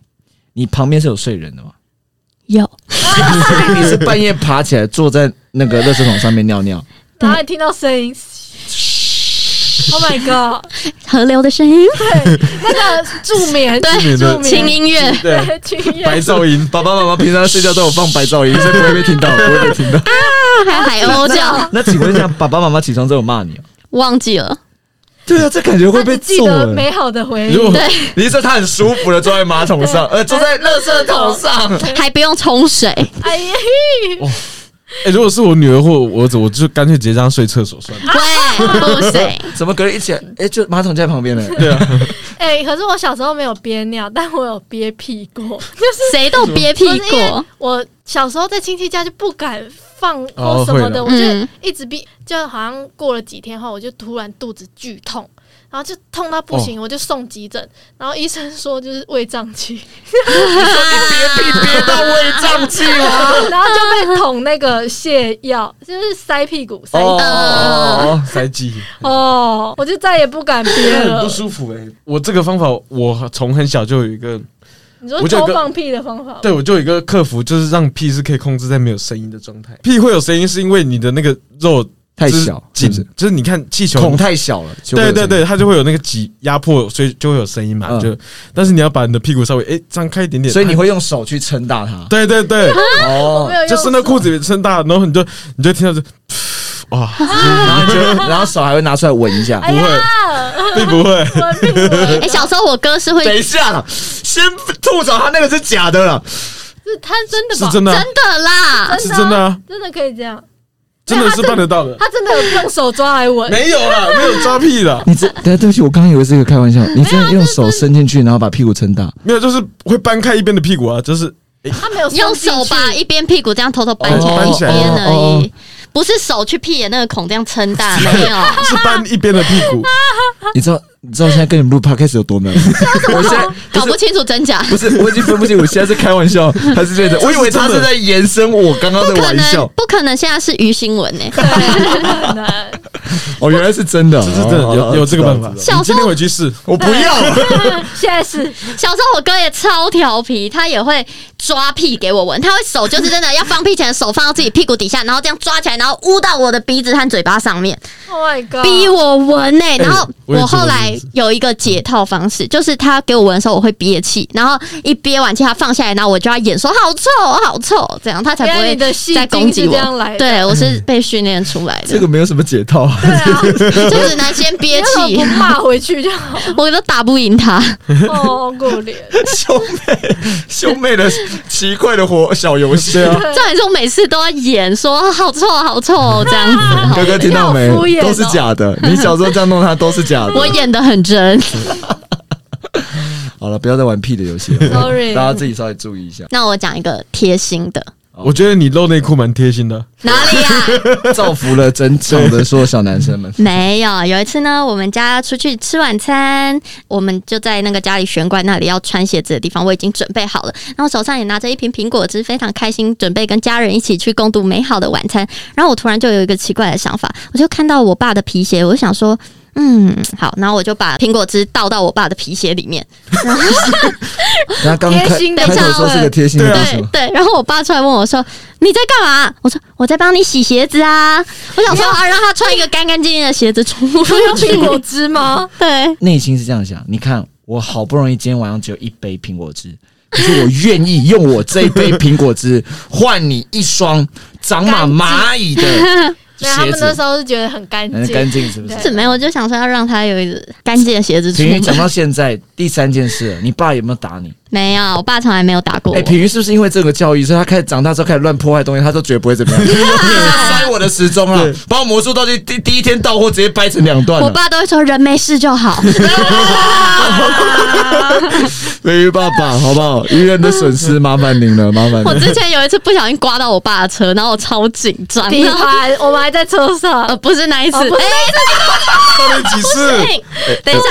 你旁边是有睡人的吗？ *laughs*
有，
你是半夜爬起来坐在那个垃圾桶上面尿尿？
然后你听到声音。Oh my god！
河流的声音，
那个助眠，
对
助眠的
轻音乐，
对，
对，群
白
演
噪 *laughs* 音，
爸爸妈妈平常睡觉都有放白噪音，所以不会被听到，不会被听到。
还有海鸥叫，
*laughs* 那请问一下，爸爸妈妈起床之后有骂你哦？
忘记了，
对啊，这感觉会
那
被
你记
揍欸。
得美好的回忆
如。果
你是说他很舒服的坐在马桶 *laughs* 上，呃，坐在垃圾桶上。
还不用
*laughs*
冲水，
哎呀，
哎，如果是我女儿或我儿子，我就干脆直接让她睡厕所算了。
对，不
*laughs*
行，
怎么隔了一起来？哎、就马桶就在旁边呢、
对 *laughs* 啊，
哎、可是我小时候没有憋尿，但我有憋屁过。
谁都憋 *laughs* 屁
不是因为
过。
我小时候在亲戚家就不敢放或
哦
什么
会
的，
啦
我就
嗯
一直憋，就好像过了几天后，我就突然肚子剧痛。然后就痛到不
哦
行，我就送急诊，然后医生说就是胃胀
*laughs*
气，
憋到胃胀气哦
啊
吗？
然后就被捅那个泻药，就是塞屁股塞。
哦哦，
塞剂
哦，我就再也不敢
啊
憋
嗯很
了
不。舒服哎、我这个方法，我从很小就有一个，
你说
我就有
偷
个
放屁的方法，
对我就有一个克服，就是让屁是可以控制在没有声音的状态。屁会有声音，是因为你的那个肉
太
就是
小，
紧
是不是，
就是你看气球
孔太小了。就会
对
有
对
这个
对，，它就会有那个挤压迫，所以就会有声音嘛。
嗯
就但是你要把你的屁股稍微哎张开一点点，哎
所以你会用手去撑大它。
对对对，
*laughs* 哦
没，有用
就伸到裤子里撑大，然后你就你就听 *laughs* 到哦
*laughs*
就，哇，
然后你哦就然后手还会拿出来闻一下。
哎
不会
呀，
并不会，
我并不
哎、小时候我哥是会
等一下啦，先吐槽他那个是假的了。
是他真的
是
吧？
真的啊，
真的啦，
是
真
真的
的
啊，
真的可以这样，
真的是办得
*laughs*
到的，
他真的有用手抓来
哎
闻，
没有啦，没有抓屁的，
你这，对对不起，我刚刚以啊为是一个开玩笑。你真的用手伸进去，然后把屁股撑大。
没有，就是会搬开一边的屁股啊，就是 *laughs*
他没有
用手把一边屁股这样偷偷搬起来，
哦
搬
一
起来
边而
哦
已，不是手去屁眼那个孔这样撑大，
*laughs*
没有。
是搬一边的屁股，
你知道，你知道现在跟你们 *laughs* 录 podcast 有多难吗？我现在
搞不清楚
*laughs*
真假，
不是，我已经分不清我现在是开玩 *laughs* 笑还是认真。我以为他是在延伸我刚刚的
不可
玩
能
笑，，
不可能！现在是于新闻呢、
边，
哦，原来是真的，这哦
是真
哦
的有有这个办法。
知道
你今天回去试，
我不要，
*laughs*
啊
现在是
小时候我哥也超调皮，他也会抓屁给我闻，他会手就是真的要放屁前手放到自己屁股底下，然后这样抓起来，然后捂到我的鼻子和嘴巴上面，
，Oh my God，
逼我闻呢、欸然后
哎我也
我
做过
后来有一个解套方式，就是他给我闻的时候我会憋气，然后一憋完气他放下来，然后我就要演说好臭好臭，这样他才不
原来
会
你的戏
再攻
精
击
是这
我。
样来的，
对，我是被训练出来
*laughs* 这
的，
个没有什么解套 *laughs* 啊。
对啊，
就只能先憋
你为什么
气
不，骂回去就好？
*laughs* 我都打不赢他。
哦，好可怜，
兄妹兄妹的奇怪的活小游戏啊！
重点是我每次都要演说好臭好臭哦这样子，好
*laughs*
*laughs*
哥哥听到没
你好敷衍？哦
都是假
*laughs*
的。你小时候这样弄他都是假的。
我演的很真。
好了，不要再玩屁的游戏
*laughs*
了。
Sorry
大家自己稍微注意一下。
那我讲一个贴心的，
我觉得你露内裤蛮贴心的，
哪里啊？
造福了整场的所有小男生们。
没有，有一次呢，我们家出去吃晚餐，我们就在那个家里玄关那里要穿鞋子的地方，我已经准备好了，然后手上也拿着一瓶苹果汁，非常开心，准备跟家人一起去共度美好的晚餐。然后我突然就有一个奇怪的想法，我就看到我爸的皮鞋，我就想说。嗯，好，然后我就把苹果汁倒到我爸的皮鞋里面，
那刚开
贴心的
开头说是个贴心的故事
对
吗？
对，然后我爸出来问我说：“你在干嘛？”我说：“我在帮你洗鞋子啊。”我想说啊，让他穿一个干干净净的鞋子出
有
去。
苹果汁吗？
对，
内心是这样想：你看，我好不容易今天晚上只有一杯苹果汁，可是我愿意用我这一杯苹果汁换你一双长满蚂蚁
*laughs*
的
没有，他
鞋
们那
子
时，候是觉得很干
很
净，
干净是不是？
对
怎么样？我就想说要让他有一只干净的鞋子出
品瑜
门。
讲 *laughs* 到现在第三件事了，你爸有没有打你？
没有，我爸从来没有打过我。
哎、品瑜是不是因为这个教育，所以他开始长大之后开始乱破坏东西，他都觉得不会怎么
*laughs*
样？你是摔我的时钟啊
对，
把我魔术道具第第一天到货直接掰成两段啊
我
了。
爸都会说人没事就好，
对于爸爸，好不好？愚人的损
*laughs*
失，麻烦您了，麻烦
我
您。
之前有一次不小心刮到我爸的车，然后我超紧张。
比
然后
盘，我们还在车上，
呃，不是那一次，
哦不是
哎，
到底几
*laughs*
次？
等一下，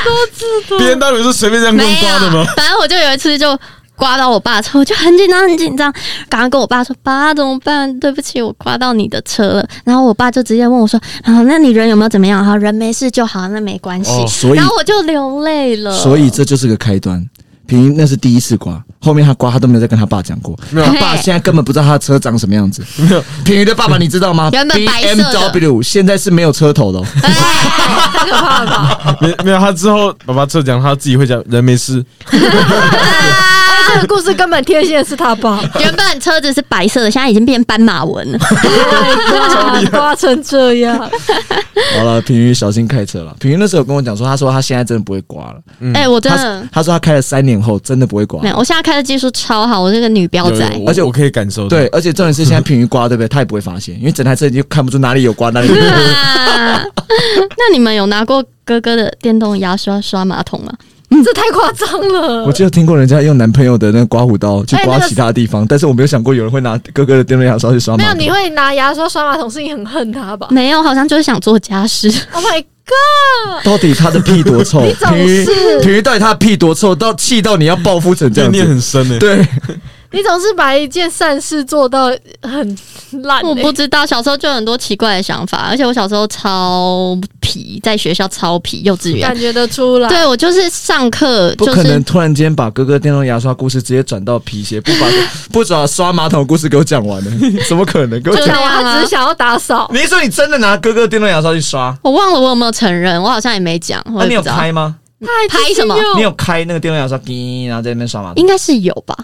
别人到底是随便这样
没
弄刮的
有
吗？，
反正我就有一次就刮到我爸的车，我就很紧张很紧张，赶快跟我爸说：“爸，怎么办？对不起，我刮到你的车了。”然后我爸就直接问我说：“啊，那你人有没有怎么样？好，人没事就好，那没关系。
哦
所以
然后我就流泪
嗯
了。
所以这就是个开端。平云那是第一次刮，后面他刮他都没有再跟他爸讲过。
没有
他爸现在根本不知道他的车长什么样子。
没有，
平云的爸爸你知道吗
*laughs* 原本白色的
？BMW 现在是没有车头的、哦。 *laughs*
*laughs*
太可怕了吧？
没没有，他之后爸爸车讲他自己会讲人没事，
而
这个故事根本贴现的是他爸，
原本车子是白色的，现在已经变斑马纹了。
*laughs*
哎呀刮成这样，
好了，品瑜小心开车了。品瑜那时候有跟我讲说，他说他现在真的不会刮了，
哎、我真
他
的
他说他开了三年后真的不会刮
没。有，我现在开的技术超好，我这个女标仔。
而且
我可以感受到，
对，而且重点是现在品瑜刮，对不对？他也不会发现，因为整台车已经看不出哪里有刮，哪里没
*laughs*
有。
啊那你们有拿过哥哥的电动牙刷刷马桶吗？
这太夸张了
我。就听过人家用男朋友的那个刮胡刀去
哎
刮
那个
其他地方，但是我没有想过有人会拿哥哥的电动牙刷去刷
没
马
有，
桶。
你会拿牙刷刷马桶，是你很恨
*laughs*
他
哦
吧
没有，好像就是想做
*laughs*
家事。
？Oh my god！
到底他的屁多
*laughs*
臭？
总
品瑜
是
品瑜到底他的屁多臭？到气到你要报复成这
这
样
念
子？
很深欸呢。
对，
*laughs*
你总是把一件善事做到很烂、欸。
我不知道，小时候就有很多奇怪的想法，而且我小时候超皮，在学校超皮，幼稚园
感。觉得出来。
啊对我就是上课
不
就
可能
是
突然间把哥哥电动牙刷故事直接转到皮鞋，不把 *laughs* 不把刷马桶故事给我讲完的， *laughs* 怎么可能？给我
就
讲
那
讲
样
完
啊
他只是想要打扫，
你是说你真的拿哥哥电动牙刷去刷？
我忘了我有没有承认，我好像也没讲，
那、
我
你
也
有
不知道。
开吗？
他还继
拍
续
什么
你
用
有开那个电动牙刷滴，然后在那边刷马桶？ *laughs*
应该是有吧，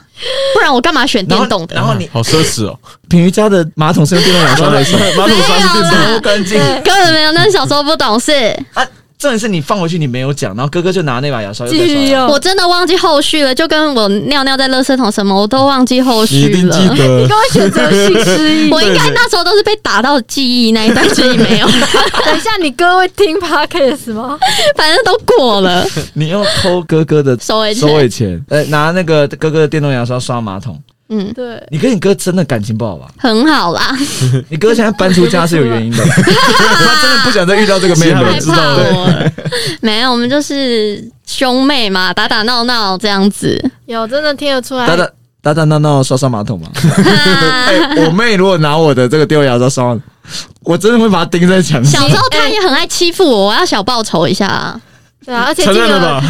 不然我干嘛选
然后
电动的？
然后你
好奢侈哦，
品瑜家的马桶是用电动牙刷来刷，
马桶刷是
没有
电
啦
动，
不干净
*laughs* 根本没有，那是小时候不懂事，
啊！重点是你放回去你没有讲，然后哥哥就拿那把牙刷又
继
在刷
续
牙。
用，
我真的忘记后续了，就跟我尿尿在垃圾桶什么，我都忘记后
你一
续
定记
了。
得
你跟。我选择性失
*laughs*
忆。
我应该那时候都是被打到记忆那
*laughs*
一段，所以没有，
等一下，你哥会听 podcast 吗？
反正都过了。
你要偷哥哥的
收尾钱
收尾钱，呃，拿那个哥哥的电动牙刷刷马桶。
嗯，
对，
你跟你哥真的感情不 *laughs* 好吧？
很好啦，
你哥现在搬出家是有原因
*laughs*
的，他真的不想再遇到这个妹
我
害
妹。
知道
怕
了
我了。没有，我们就是兄妹嘛，打打闹闹这样子。
有真的听得出来
打。打打打闹闹刷刷马桶嘛。
啊
*laughs*
*laughs*
哎，我妹如果拿我的这个电动牙刷刷，我真的会把它钉在墙上
小。时候他也很爱欺负我，我要小报仇一下啊。
对啊，而且
承
记
认了
得
吧？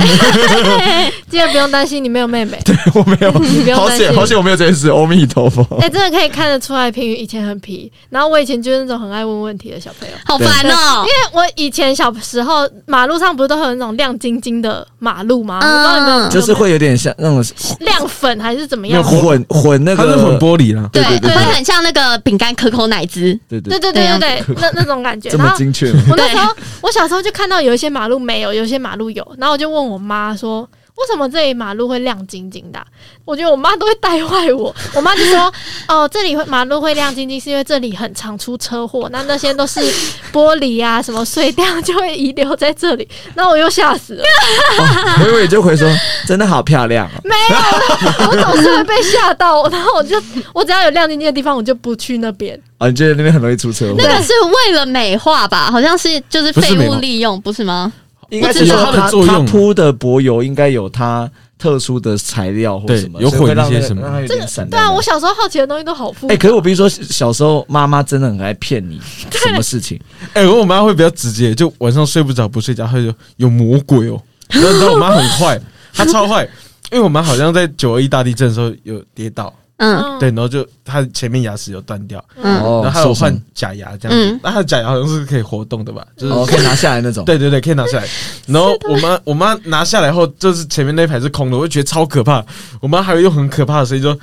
记得不用担心，你没有妹妹。
我没有
嗯不，用
好
担心
险好险我没有这件事。阿弥陀佛。
哎、真的可以看得出来，平宇以前很皮，然后我以前就是那种很爱问问题的小朋友。
好烦哦、
因为我以前小时候，马路上不是都会有那种亮晶晶的马路吗？
嗯
我不知道你们有没有
就是会有点像那种
亮粉还是怎么
没有
样？
混混那
它是
个
混玻璃啦，
对
对对对
会很像那个饼干可口奶汁。
对对
对
对，
对对对对，那那种感觉。
*laughs* 这
然
么
后
精
*laughs*
确吗？
我那时候，我小时候就看到有一些马路没有，有一些马路有，然后我就问我妈说。为什么这里马路会亮晶晶的啊、我觉得我妈都会带坏我。 *laughs* 我妈就说：“哦，这里会马路会亮晶晶，是因为这里很常出车祸，那那些都是玻璃啊什么碎掉，就会遗留在这里。”然后我又吓死了，
我以为就回说真的好漂亮哦，
没有， *laughs* 我总是会被吓到。然后我就， *laughs* 我只要有亮晶晶的地方，我就不去那边。
啊，你觉得那边很容易出车祸
那？个是为了美化吧？好像是就是
不是
废
美
物
化
利用，不是吗？
应该
我
是
知
说
道
它
它的作用
它铺的柏油应该有它特殊的材料或
对
什么，
有
所以会
混一
让
些
那个
什么
让它有点闪
对
亮
啊，
亮。
我小时候好奇的东西都好复
哎、
杂。
可是我必须说，小时候妈妈真的很爱骗你什么事情。
哎，我妈会比较直接，就晚上睡不着不睡觉，她就有魔鬼哦。然 *laughs* 后你知道我妈很坏，她超坏，因为我妈好像在九二一大地震的时候有跌倒，
哦
嗯
对，然后就她前面牙齿有断掉，
嗯
哦
然后还有
受伤
换假牙这样子
嗯，
那她的假牙好像是可以活动的吧？就是
哦，可以拿下来那种。
对对对，可以拿下来。然后我妈我妈拿下来后，就是前面那一排是空的，我就觉得超可怕。我妈还会用很可怕的声音说。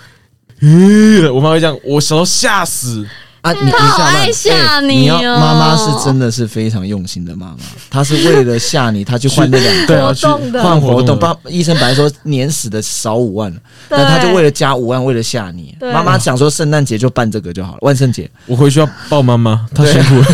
呃，我妈会这样，我小时候吓死。
啊，你你
她好
想
爱吓
你要
你哦
妈妈是真的是非常用心的妈妈，她是为了吓你，她去换那两
对
个
啊，去
活动的
换活动，
帮
帮医生本来说年死的少五万了，
对
但她就为了加五万，为了吓你。
对
妈妈想说圣诞节就办这个就好了，万圣节
我回去要抱妈妈，她辛苦了，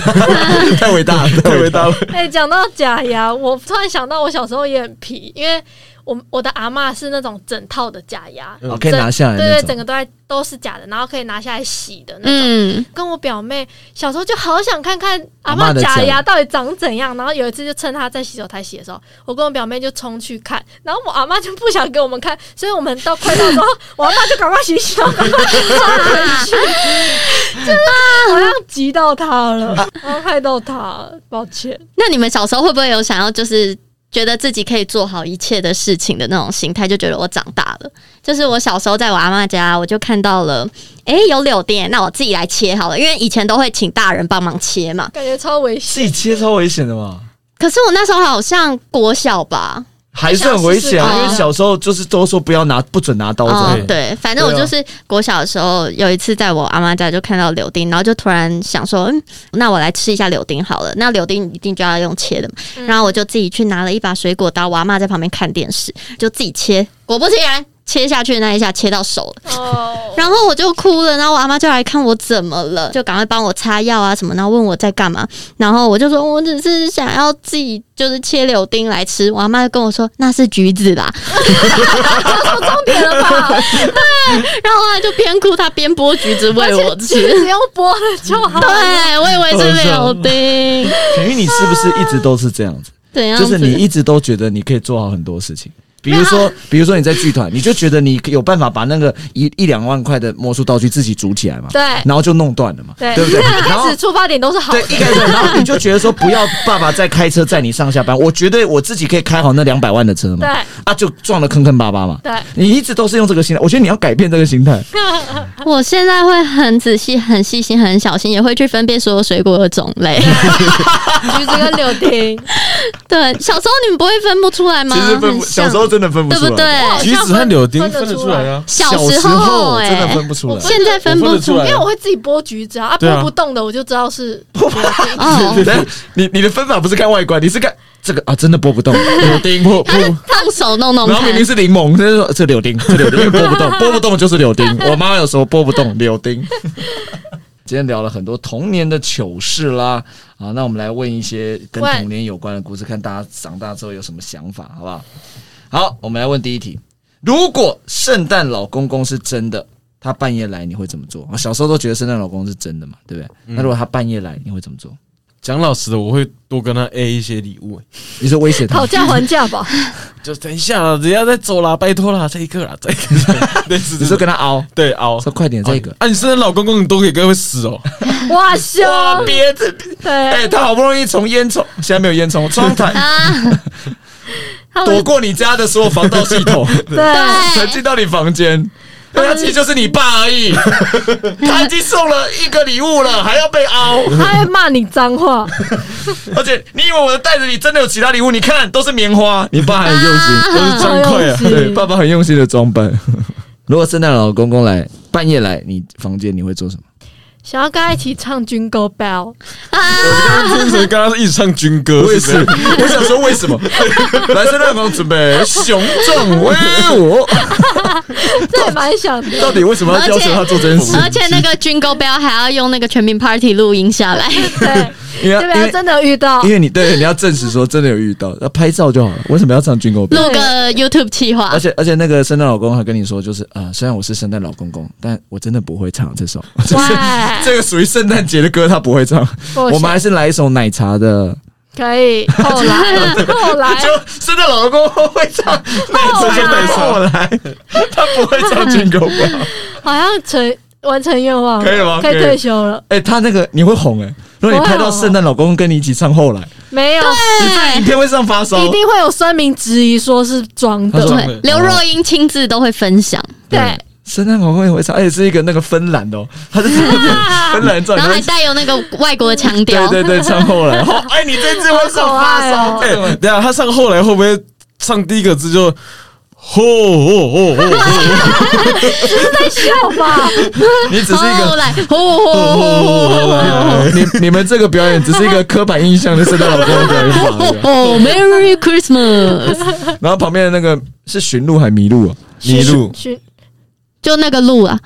*laughs* 太伟大
*laughs*
了，
太伟大了。
哎、讲到
到假牙，我突然想到，我小时候也很皮，因为我我的阿嬷是那种整套的假牙，
了，哦可以拿下来
对
那
对，
种。
整个都在都是假的，然后可以拿下来洗的那种。
嗯，
跟我表妹小时候就好想看看阿
阿嬷
嬷
的假
假
牙
牙到底长怎样，然后有一次就趁她在洗手台洗的时候，我跟我表妹就冲去看，然后我阿嬷就不想给我们看，所以我们到快到
*laughs*
之后，我阿嬷就赶快洗洗，然后赶快冲回去，
好像急到他
*laughs*
了，然后害到他了，抱歉。
那你们小时候会不会有想要就是觉得自己可以做好一切的事情的那种心态？就觉得我长大了。就是我小时候在我阿妈家，我就看到了，诶，有柳丁，那我自己来切好了，因为以前都会请大人帮忙切嘛。
感觉超危险。
自己切超危险的嘛，
可是我那时候好像国小吧，
还是很危险
我想
啊，
试试看
因为小时候就是都说不要拿，不准拿刀
哦
子。
对
对，啊反正我就是国小的时候，有一次在我阿妈家就看到柳丁，然后就突然想说，嗯，那我来吃一下柳丁好了。那柳丁一定就要用切的嘛，然后我就自己去拿了一把水果刀，我阿妈在旁边看电视，就自己切。果不其然，切下去那一下切到手了，
哦，
然后我就哭了，然后我阿妈就来看我怎么了，就赶快帮我擦药啊什么，然后问我在干嘛，然后我就说我只是想要自己就是切柳丁来吃，我阿妈就跟我说那是橘子啦，
重点了
*laughs*
吧？
然后他就边哭，他边剥橘子喂我吃。
只用剥了就好。
对，我以为是柳丁， *laughs*
田玉，你是不是一直都是这样子？
怎样
就
子？啊
是你一直都觉得你可以做好很多事情。比如说，比如说你在剧团，你就觉得你有办法把那个一一两万块的魔术道具自己组起来嘛，
对
然后就弄断了嘛，
对
对不
*laughs*
对？然
开
后
始出发点都是好
对
的，，
*laughs*
一开始，然后你就觉得说不要爸爸再开车载你上下班，我觉得我自己可以开好那两百万的车嘛，
对
啊，就撞得坑坑巴巴嘛，
对，
你一直都是用这个心态，我觉得你要改变这个心态，
我现在会很仔细、很细心、很小心，也会去分辨所有水果的种
*laughs*
类。
橘子跟柳丁，
对，小时候你们不会分不出来吗？很像
真的分
对不对？？
橘子和柳丁分得出来啊，
小
小
时
时候
哎、
真的分不
哦
出来，
现在分
我
不
分得出
出
来
因为我会自己剥橘子啊，啊
对啊
剥不动的我就知道是
*laughs*
哦，
等下你你的分法不是看外观，你是看这个啊，真的剥不动，
柳丁不不
哦
*laughs*
放手弄弄
然后明
看
明。是柠檬，这是说这柳丁，这柳丁因为剥不动，剥不动就是柳丁。我妈有时候剥不动柳丁。今天聊了很多童年的糗事啦，啊，那我们来问一些跟
问
童年有关的故事，看大家长大之后有什么想法，好不好？好，我们来问第一题：如果圣诞老公公是真的，他半夜来，你会怎么做？啊小时候都觉得圣诞老公是真的嘛，对不对？那如果他半夜来，你会怎么做？
讲老实的，我会多跟他 A 一些礼物、欸
你说威胁他
讨？价还价吧。
就等一下啦，人家在走啦，拜托啦，再一个啦，再一
*laughs*
个，类似
你
这
说
种
跟他凹，
对熬
说快点这个。
啊，你生的老公公你都可以跟会死哦，
哇塞，
哇，别子，哎、
对，
他好不容易从烟囱，现在没有烟囱，窗台
啊，
他
躲
们
过你家的所有防盗系统，
对
才进到你房间。他其实就是你爸而已，他已经送了一个礼物了，还要被凹。
他还骂你脏话，
而且你以为我的袋子里真的有其他礼物？你看，都是棉花。你爸很用
都
心，
是装快啊
好，有趣
爸很用心的装扮。如果圣诞老公公来半夜来你房间，你会做什么？
想要跟他一起唱《Jingle
*laughs*
Bell》，
啊
真是刚刚一直唱军歌，
我也
不
是， *laughs* 我想说为什么？来圣诞老公准备雄壮威武，
这也蛮想的。
*laughs* 到底为什么要要求他做这件事？
而且那个军购标还要用那个全民 Party 录音下来。
对，
因为
这边真的有遇到
因为你对你要证实说真的有遇到，那拍照就好了，为什么要唱军狗兵？
录个 YouTube 企
啊
划
而，且而且那个圣诞老公还跟你说，就是啊、呃虽然我是圣诞老公公，但我真的不会唱这首，就是
哇，
*laughs* 这个属于圣诞节的歌，他不会
*laughs*
唱。
不行
我们还是来一首奶茶的，
可以后
*laughs*
来后来
就圣诞老公公会唱奶
哦
茶就奶茶， *laughs* 我来，
*laughs*
他不会唱军狗兵。
好像成完成愿望，
可以吗
可
可
以
以
退休了，
哎、他那个你会红哎、如果你拍到圣诞老公公跟你一起唱后来，
没有，
影片会上发烧。
一定会有酸民质疑说是装
他说
的，
对，刘若英亲自都会分享，
对，
圣诞老公公也会唱，而且是一个那个芬兰的、哦，他是芬兰 *laughs* 唱，
然后还带有那个外国腔调。
对对对，唱后 *laughs* 来，好爱你这次会上发烧
好可
哎，等一下他唱后来会不会唱第一个字就？吼吼吼吼！
哦笑吧，
你只是一
后
个。*laughs*
哦来，呼呼呼
你你们这个表演只是一个刻板印象的圣诞老公公表演法而已啊，
哦，Merry Christmas，
然后旁边的那个是驯鹿还麋鹿啊？
麋鹿
去
就那个鹿啊，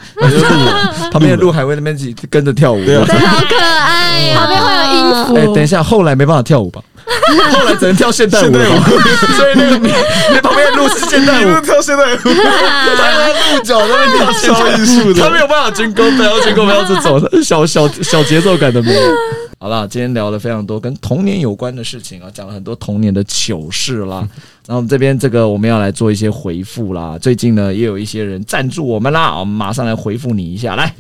旁边的鹿还会那边自己跟着跳舞。
对啊
对
好
啊，
可爱哦。
旁边会有，
哎等一
音符，
下，后来没办法跳舞
*laughs*
吧？后来只能跳现代舞
现代
了
舞
吧， *laughs* 所以那个你你旁边的鹿是现代舞
*laughs* 你，跳现在
他在鹿角在那边跳现代
超
舞
艺术
他没
的，
有办法军工不要军工不要这
*laughs*
种小小小节奏感的没有。好啦，今天聊了非常多跟童年有关的事情啊，讲了很多童年的糗事
*laughs*
啦。那我们这边这个我们要来做一些回复啦。最近呢，也有一些人赞助我们啦，我们马上来回复你一下。来，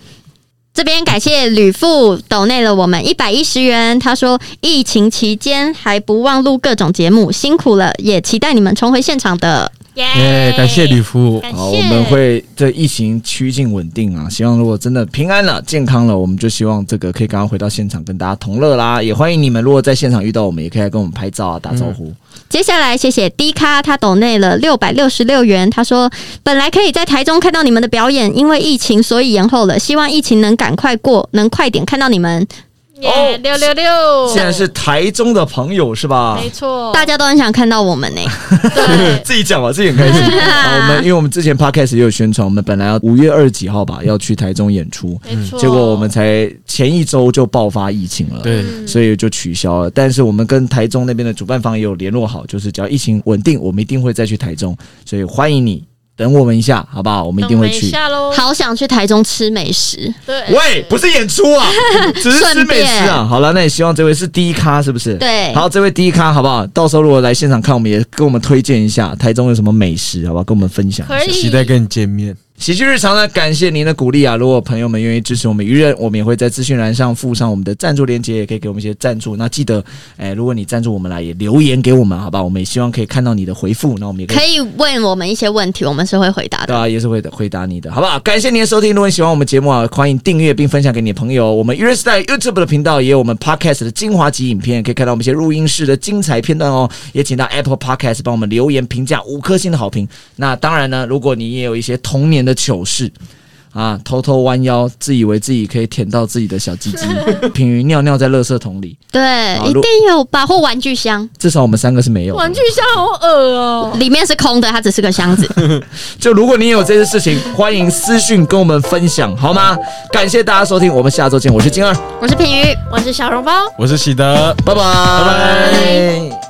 这边感谢吕父抖内了我们一百一十元，他说疫情期间还不忘录各种节目，辛苦了，也期待你们重回现场的。
耶！感谢吕夫，
感谢，
好，我们会这疫情趋近稳定啊，希望如果真的平安了、健康了，我们就希望这个可以刚刚回到现场跟大家同乐啦。也欢迎你们，如果在现场遇到我们，也可以来跟我们拍照啊、打招呼。
接下来谢谢 D 咖，他抖内了六百六十六元。他说，本来可以在台中看到你们的表演，因为疫情所以延后了，希望疫情能赶快过，能快点看到你们。
耶，六六六，
现在是台中的朋友是吧
没？错，
大家都很想看到我们呢、
对
*laughs* 自己讲吧，自己很开心。好，我们因为我们之前 podcast 也有宣传，我们本来要五月二十几号吧要去台中演出，
没错，
结果我们才前一周就爆发疫情了。
对，
嗯
所以就取消了。但是我们跟台中那边的主办方也有联络好，就是只要疫情稳定，我们一定会再去台中。所以欢迎你，等我们一下，好不好？我们一定会
等我们一
去。
下喽。
好想去台中吃美食，
对，
喂，不是演出啊，只是吃
顺
美
便
食啊。好了，那也希望这位是第一咖，是不是？。
对，
好，这位第一咖好不好？到时候如果来现场看，我们也跟我们推荐一下台中有什么美食，好不好？跟我们分享。
可以，
期待跟你见面。
喜剧日常呢，感谢您的鼓励啊！如果朋友们愿意支持我们愚人，我们也会在资讯栏上附上我们的赞助链接，也可以给我们一些赞助。那记得，哎、如果你赞助我们来，也留言给我们，好吧？我们也希望可以看到你的回复，那我们也可以。
可以问我们一些问题，我们是会回答的。
对啊，也是会回答你的，好不好？感谢您的收听。如果你喜欢我们节目啊，欢迎订阅并分享给你的朋友。我们 u r s t y YouTube 的频道也有我们 Podcast 的精华级影片，可以看到我们一些录音室的精彩片段哦。也请到 Apple Podcast 帮我们留言评价五颗星的好评。那当然呢，如果你也有一些童年的糗事。啊，偷偷弯腰，自以为自己可以舔到自己的小鸡鸡，品鱼尿尿在垃圾桶里，
对，
好
一
如
定有吧？或玩具箱
至少我们三个是没有的。
玩具箱好恶哦、
里面是空的，它只是个箱子。
就如果你也有这些事情，欢迎私讯跟我们分享，好吗？感谢大家收听，我们下周见。我是金二，
我是品鱼。
我是小笼包。
我是喜德，
拜拜。
拜
拜